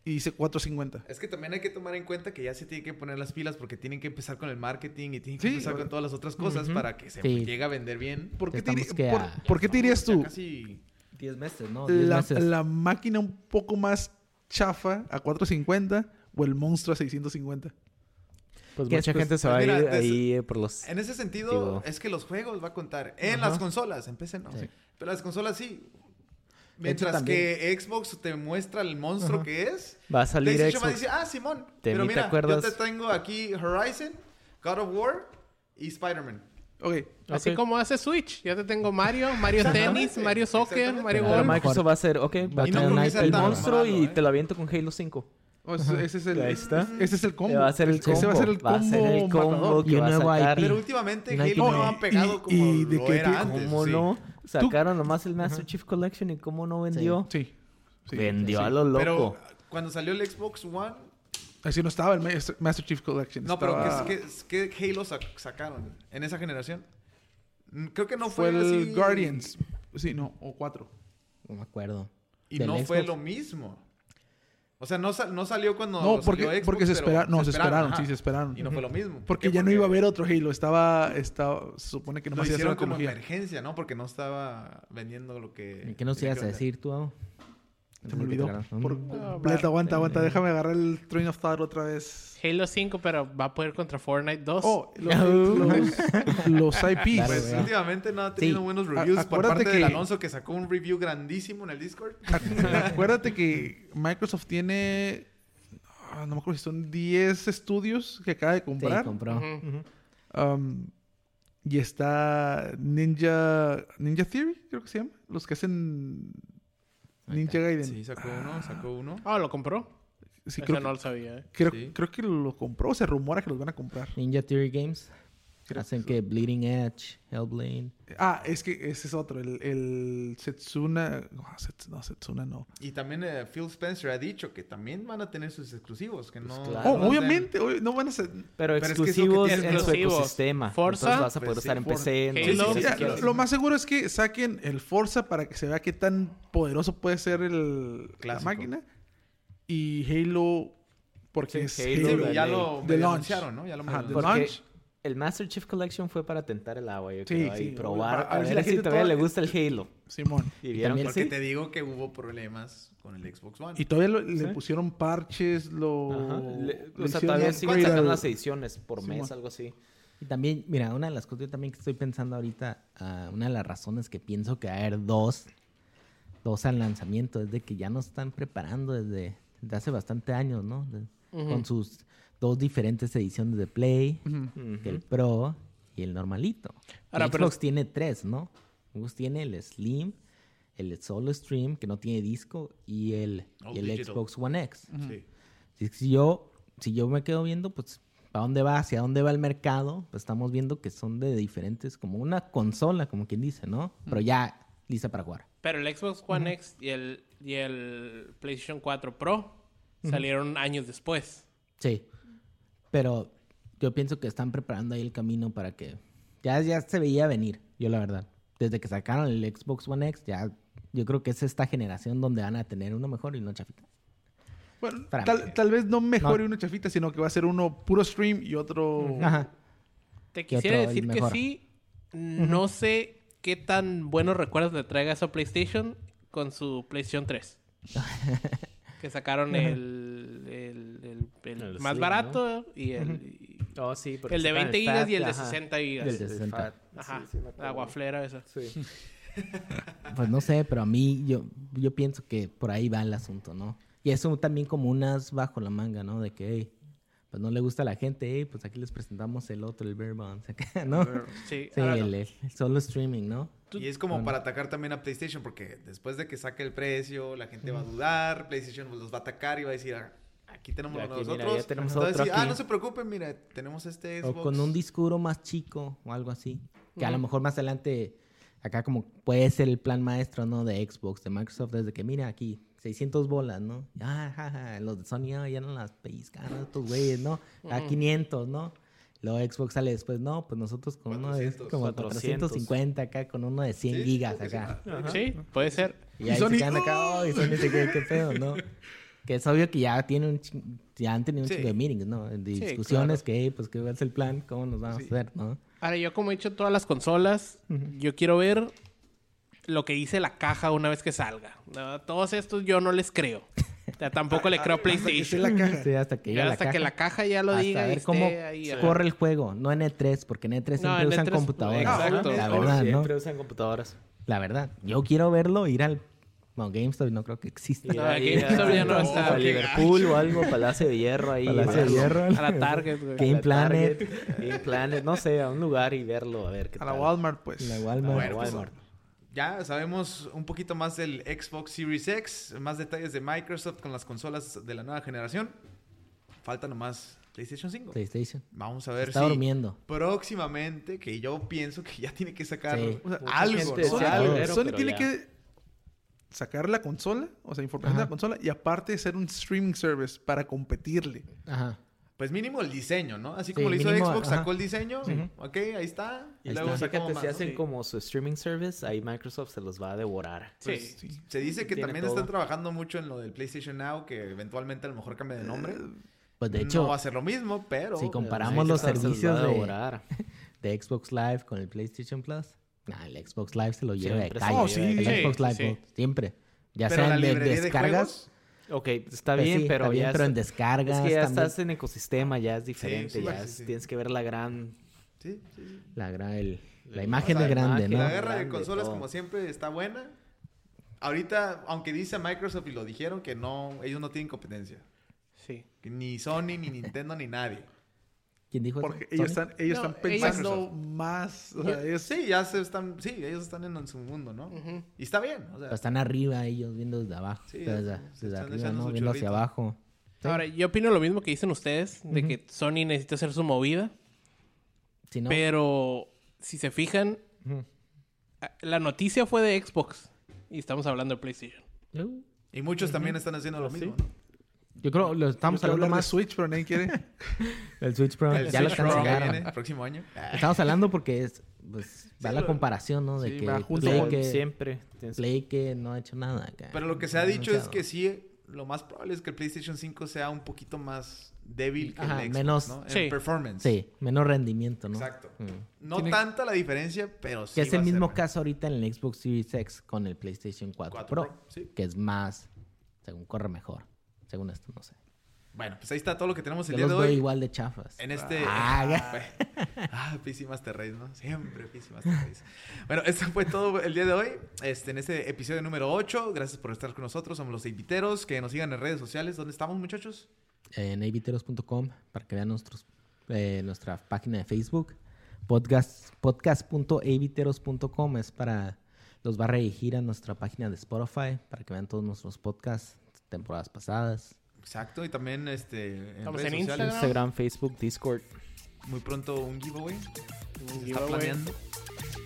B: Y dice 450.
A: Es que también hay que tomar en cuenta que ya se tienen que poner las pilas porque tienen que empezar con el marketing y tienen que
B: Sí,
A: empezar
B: bueno.
A: con todas las otras cosas para que se
D: Sí.
A: llegue a vender bien.
B: ¿Por qué, te
D: Estamos
B: iri-
D: que
B: por-
D: a-
B: por qué te dirías
A: Ya
B: tú?
A: Casi...
D: 10 meses, ¿no? 10
B: La,
D: meses.
B: la máquina un poco más chafa a 450 o el monstruo a 650.
C: Pues
D: que
C: mucha
D: después-
C: gente se
A: pues
C: va a ir
A: mira, des-
C: ahí eh, por los...
A: En ese sentido,
C: Digo-
A: es que los juegos va a contar. En las consolas, en PC no.
D: Sí.
A: Pero las consolas sí.
D: De hecho,
A: Mientras que Xbox te muestra el monstruo que es,
C: Va a salir
A: PlayStation
C: Xbox.
A: va a decir, ah, Simón,
C: ¿Te-
A: pero
C: ni te
A: mira, yo
C: acuerdas?
A: te tengo aquí Horizon, God of War y Spider-Man.
B: Ok,
E: Así
C: Ok.
E: como hace Switch. Ya te tengo Mario, Mario Tenis,
A: Exactamente,
E: Mario Soccer,
A: exactamente.
E: Mario
D: Pero
C: Ahora
E: Golf.
C: Microsoft va a hacer, ok, va a
D: Y no
C: tener
D: creo
C: un
D: que
C: IP,
D: sea
C: el
D: tan
C: monstruo
A: malo,
C: y
A: eh.
C: te lo aviento con Halo 5.
B: O Oh, ese, ese es el,
C: Ahí está.
B: Ese es el combo.
C: Va a ser el combo.
B: Ese va a ser el combo.
C: Va a ser el combo
B: matador.
C: que
D: Y un
C: va a
D: nuevo
C: sacar.
D: IP.
A: Pero últimamente
D: No hay
A: Halo
D: como-
A: no ha pegado
B: y-
A: como
B: y de
A: lo
B: que-
A: era antes.
C: ¿Cómo
A: sí.
C: no? Sacaron nomás el Master Chief Collection y cómo no vendió.
B: Sí. sí.
C: vendió
B: Sí.
C: a lo loco.
A: Pero cuando salió el Xbox One,
B: Así no estaba el Master, Master Chief Collection.
A: No, pero
B: estaba-
A: ¿qué, qué, qué Halo sac- sacaron en esa generación? Mm, Creo que no
B: Fue
A: fue,
B: el
A: así-
B: Guardians. Sí, no, o cuatro.
D: No me acuerdo.
A: Y
D: del
A: no fue
D: Xbox.
A: lo mismo. O sea, no, sa- no salió cuando.
B: No,
A: salió
B: porque-
A: Xbox,
B: porque se
A: pero
B: espera- no, se esperaron,
A: ajá.
B: sí, se esperaron.
A: Y no fue lo mismo. ¿Por
B: Porque
A: qué?
B: ya no iba a haber otro Halo. Estaba, estaba se supone que no
A: Lo
B: hacía
A: hicieron
B: solo
A: como
B: trilogía.
A: emergencia, ¿no? Porque no estaba vendiendo lo que.
D: ¿Y ¿Qué nos
A: tenía
D: ibas a
A: Eh, que vender.
D: decir tú, Ao?
B: Se me olvidó.
D: Claro.
B: Por
D: Mm.
B: completo. Aguanta, aguanta. Déjame agarrar el Train of Thought otra vez.
E: Halo 5, pero va a poder contra Fortnite 2.
B: Oh, los, los- los IPs.
D: Claro,
A: Pues
D: güey.
A: últimamente no ha tenido
D: Sí.
A: buenos reviews
B: A-
A: por
B: acuérdate
A: parte del
B: que-
A: Alonso que sacó un review grandísimo en el Discord.
B: Acuérdate que Microsoft tiene. ah, No me acuerdo si son 10 estudios que acaba de
D: Sí,
B: comprar.
D: compró.
E: Ujú.
B: Um, y está Ninja. Ninja Theory, creo que se llama. Los que hacen. Ninja Gaiden.
A: Sí, sacó uno, sacó uno.
E: Ah, lo compró.
B: Sí,
E: Eso
B: creo,
E: no
B: que,
E: lo sabía. ¿eh?
B: creo,
A: sí.
B: creo que lo compró. o Se rumora que los van a comprar.
D: Ninja Theory Games.
B: Creo
D: Hacen que Bleeding Edge, Hellblade.
B: Ah, es que ese es otro. El, el Setsuna. No, Sets- no, Setsuna no.
A: Y también eh, Phil Spencer ha dicho que también van a tener sus exclusivos. Que no,
C: Pues claro.
B: Oh,
A: Ah, no
B: obviamente. obvi- No van a ser.
C: Pero
A: Pero es que es lo que
C: exclusivos
A: tiene
C: en su
E: exclusivos.
C: ecosistema.
E: Forza,
C: entonces vas a
A: pues
C: poder
A: sí,
C: estar en
A: Forza.
C: PC.
E: Halo,
C: entonces,
E: Sí,
B: Sí,
C: si
B: ya,
C: quieres-
B: lo, lo más seguro es que saquen el Forza para que se vea qué tan poderoso puede ser el, la
A: Clásico.
B: máquina. Y Halo, porque
C: Sí,
B: es
A: Sí,
B: Halo.
C: Halo,
A: ya lo
B: de
A: medio
B: launch.
A: anunciaron, ¿no? Ya lo
B: Ajá,
A: medio
B: de
A: anunciaron.
C: Porque
B: launch.
C: el Master Chief Collection fue para tentar el agua, yo
B: Sí,
C: creo,
B: sí,
C: y probar,
B: para-
C: a ver si,
B: gente
C: todavía
B: toda-
C: le gusta el Halo.
B: Simón.
C: Y vieron
D: también
C: que
A: Porque
C: sí.
A: te digo que hubo problemas con el Xbox One.
B: Y todavía lo- le
C: Sí.
B: pusieron parches, lo...
C: Ajá. Le-
B: le
C: o sea,
B: hicieron
C: todavía
B: upgrade
C: siguen sacando
B: al-
C: las ediciones por
B: Sí,
C: mes,
B: mo-
C: algo así.
D: Y también, mira, una de las cosas yo también que estoy pensando ahorita, ah, una de las razones que pienso que va a haber dos, dos al lanzamiento, es de que ya nos están preparando desde, desde hace bastante años, ¿no? De-
E: Ujú.
D: Con sus dos diferentes ediciones de Play,
B: Ujú.
D: el Pro y el normalito.
E: Ahora,
D: Y
E: pero-
D: Xbox tiene tres, ¿no? Xbox tiene el Slim, el Solo Stream, que no tiene disco, y el,
A: All
D: y el
A: digital.
D: Xbox One X.
A: Sí.
D: Si, si yo, si yo me quedo viendo, pues, ¿para dónde va? ¿Hacia dónde va el mercado? Pues estamos viendo que son de diferentes, como una consola, como quien dice, ¿no? Pero ya lista para jugar.
E: Pero el Xbox One X y el, y el PlayStation 4 Pro salieron años después.
D: Sí. Pero yo pienso que están preparando ahí el camino para que... Ya, ya se veía venir, yo la verdad. Desde que sacaron el Xbox One X, ya... Yo creo que es esta generación donde van a tener uno mejor y uno chafita.
B: Bueno,
D: Para-
B: tal, tal vez no mejore
D: No.
B: uno chafita, sino que va a ser uno puro stream y otro...
D: Ajá.
E: Te
D: Que
E: quisiera
D: otro
E: decir que
D: mejora.
E: sí. No sé qué tan buenos recuerdos le traiga eso a PlayStation con su PlayStation 3. que sacaron el, el, el- el
C: El
E: más
C: Slim,
E: barato y el,
C: Oh, sí, porque
E: el de
C: sacan
E: 20
C: el
E: gigas
C: Fat,
E: y el de
C: ajá.
E: 60 gigas.
D: El de
C: El
D: 60.
C: Fat,
E: Ajá,
C: sí, sí, me acuerdo.
E: la guaflera esa.
C: Sí.
D: Pues no sé, pero a mí yo, yo pienso que por ahí va el asunto, ¿no? Y eso también como unas bajo la manga, ¿no? De que, hey, pues no le gusta a la gente, hey, pues aquí les presentamos el otro, el Bear Bonds, acá, ¿no?
E: Sí,
D: Sí,
E: ahora-
D: el, el solo streaming, ¿no?
A: Y es como para atacar también a PlayStation, porque después de que saque el precio, la gente va a dudar, PlayStation los va a atacar y va a decir, "Ah, aquí tenemos
C: Aquí,
A: lo de
C: mira,
A: nosotros.
C: ya tenemos
A: Entonces,
C: otro
A: sí, Ah,
C: aquí.
A: no se preocupen, mira, tenemos este Xbox.
D: O con un disco duro más chico o algo así. Que a lo mejor más adelante, acá como puede ser el plan maestro, ¿no? De Xbox, de Microsoft, desde que mira aquí, 600 bolas, ¿no? Ah, ja, ja, los de Sony ah, ya no las pellizcan, estos güeyes, ¿no? A 500, ¿no? Luego Xbox sale después, no, pues nosotros con uno de
A: 400,
D: como
C: 400.
D: 450 acá, con uno de 100
A: Sí, sí,
D: gigas
A: creo que
D: acá.
E: sí, puede ser.
D: Y,
B: Y
D: ahí
B: Sony,
D: se quedan acá, oh, y Sony se queda, qué pedo, ¿no? Que es obvio que ya, tiene un chin- ya han tenido un
A: Sí.
D: chingo de meetings, ¿no? De discusiones, que, hey, pues, ¿qué va a ser el plan? ¿Cómo nos vamos
B: Sí.
D: a hacer, no?
E: Ahora, yo como he hecho todas las consolas, yo quiero ver lo que dice la caja una vez que salga. No, todos estos yo no les creo. O sea, tampoco le creo a
B: Esa
E: PlayStation.
B: es la caja.
D: Sí, hasta que
E: Yo
D: llegue
E: hasta que la caja ya lo
D: hasta
E: diga y
D: ver
E: esté
D: cómo
E: ahí, ajá.
D: corre el juego, no en E3, porque en E3
E: No,
D: siempre
E: en
D: usan
E: E3,
D: computadoras.
E: exacto.
D: La
E: No,
D: verdad, ¿no?
C: Siempre usan computadoras.
D: La verdad. Yo quiero verlo, ir al bueno, GameStop, no creo que exista.
C: Ah, Y
E: No,
C: de
E: aquí
C: ahí a-
E: eso ya no está.
C: a Liverpool o algo, Palacio de Hierro ahí.
D: Palacio de
C: verlo.
D: Hierro.
E: A la Target, güey.
D: Game
C: A la
D: Planet.
C: Target, Game Planet, no sé, a un lugar y verlo, a ver qué
B: A la
C: tal.
B: Walmart, pues.
D: La Walmart.
A: Bueno, pues,
C: Walmart.
A: Ya sabemos un poquito más del Xbox Series X, más detalles de Microsoft con las consolas de la nueva generación. Falta nomás PlayStation 5.
D: PlayStation.
A: Vamos a ver
D: Está
A: si
D: durmiendo.
A: próximamente, que yo pienso que ya tiene que sacar
D: Sí.
A: o sea,
C: Mucha
A: algo,
C: gente
A: ¿no?
C: decía
B: Sony,
C: algo,
B: Sony
C: pero
B: tiene
C: ya.
B: que sacar la consola, o sea, información de
D: Ajá.
B: la consola, y aparte ser un streaming service para competirle.
D: Ajá.
A: Pues mínimo el diseño, ¿no? Así
D: Sí,
A: como lo hizo
D: mínimo,
A: Xbox,
D: ajá.
A: sacó el diseño. Ok, ahí está. Y
C: Ahí
A: luego
C: está.
A: sacó
C: Fíjate,
A: más,
C: si
A: ¿no?
C: hacen
A: Sí.
C: como su streaming service, ahí Microsoft se los va a devorar.
A: Sí.
B: Pues, sí.
A: Se dice que
C: Tiene
A: también
C: todo.
A: están trabajando mucho en lo del PlayStation Now, que eventualmente a lo mejor cambie de nombre.
D: Pues de hecho,
A: no va a ser lo mismo, pero.
D: si
A: Sí,
D: comparamos
C: Microsoft
D: los
C: se
D: servicios
C: va a
D: de,
C: devorar.
D: de Xbox Live con el PlayStation Plus, nah, el Xbox Live se lo lleva de
C: Siempre
D: calle.
B: se lo lleva de
D: El
E: calle.
D: Xbox Live,
E: Sí, sí.
D: no, siempre. Ya
A: pero la
D: sean de
A: librería
D: descargas.
A: de
C: Ok, está
D: pues
C: bien,
D: sí,
C: pero
D: está bien,
C: ya
D: pero en
C: está-
D: descargas.
C: es que ya
D: también,
C: estás en ecosistema, ya es diferente,
A: sí,
C: ya
A: sí,
C: es-
A: sí.
C: tienes que ver la gran
A: juegos. Sí, sí, sí.
D: la, gra- el- la
C: La
D: imagen
A: imagen,
D: es grande,
C: la
A: La
D: ¿no?
A: guerra de
C: grande,
A: consolas,
C: todo.
A: como siempre, está buena. Ahorita, aunque dice Microsoft y lo dijeron, que no, ellos no tienen competencia.
E: Sí.
A: Que Ni Sony, ni Nintendo, ni nadie.
D: ¿Quién dijo eso?
B: Porque ellos
D: ¿Sony?
B: están, ellos
E: No,
B: están
E: ellos
B: pensando
A: no.
B: más. O sea, ellos-
A: Sí, ya se están, sí, ellos están en su mundo, ¿no?
E: Ujú.
A: Y está bien, o sea,
D: Pero están arriba ellos viendo desde abajo.
A: Sí,
D: desde
A: se
D: desde
A: están
D: arriba,
A: echando
D: ¿no?
A: su
D: Viendo hacia
A: churrito.
D: abajo. Sí.
E: Ahora, yo opino lo mismo que dicen ustedes, de que Sony necesita hacer su movida,
D: Si no,
E: pero si se fijan,
D: Ujú.
E: a- la noticia fue de Xbox y estamos hablando de PlayStation.
D: yo-
A: y muchos también están haciendo lo mismo, ¿no?
D: yo creo lo estamos
B: yo quiero
D: hablando
B: hablar de
D: más
B: Switch, pero nadie quiere.
D: del Switch Pro.
A: El
D: ya lo
A: Switch Pro que
D: cancelaron.
A: viene próximo año. Ah,
D: Estamos hablando porque es, pues, va
A: Sí,
D: la
A: lo-
D: comparación, ¿no? De
B: sí,
D: que,
B: va junto
D: Play
B: con
D: que
C: siempre. tienes-
D: Play que no ha hecho nada acá.
A: Pero lo que se ha dicho es
D: Anunciado.
A: que sí, lo más probable es que el PlayStation 5 sea un poquito más débil que
D: Ajá,
A: el Xbox,
D: menos-
A: ¿no? En
E: Sí.
A: performance.
D: Sí, menos rendimiento, ¿no?
A: Exacto.
D: Mm.
A: No
B: Tiene-
A: tanta la diferencia, pero sí
D: que
A: va
D: es el
A: a ser
D: mismo
A: más.
D: caso ahorita en el Xbox Series X con el PlayStation 4,
A: 4
D: Pro,
A: Pro, sí.
D: Que es más, según corre mejor. Según esto, no sé.
A: Bueno, pues ahí está todo lo que tenemos el
D: Yo
A: día
D: los
A: de
D: veo
A: hoy.
D: igual de chafas.
A: En este.
D: Ah, ya.
A: Ah, PC Master Race, ¿no? Siempre PC Master Race. Bueno, esto fue todo el día de hoy. Este, en este episodio número 8. Gracias por estar con nosotros. Somos los inviteros. Que nos sigan en redes sociales. ¿Dónde estamos, muchachos?
D: en aviteros.com para que vean nuestros, eh, nuestra página de Facebook. Podcast, podcast.aviteros.com es para los va a redirigir a nuestra página de Spotify para que vean todos nuestros podcasts, temporadas pasadas.
A: Exacto. Y también este, en
E: Estamos
A: redes
E: en
A: sociales.
C: Instagram, Facebook, Discord.
A: Muy pronto un giveaway. Se está
E: giveaway.
A: planeando.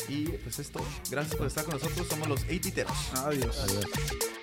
A: Y pues esto. Gracias por estar con nosotros. Somos los inviteros.
B: Adiós.
D: Adiós.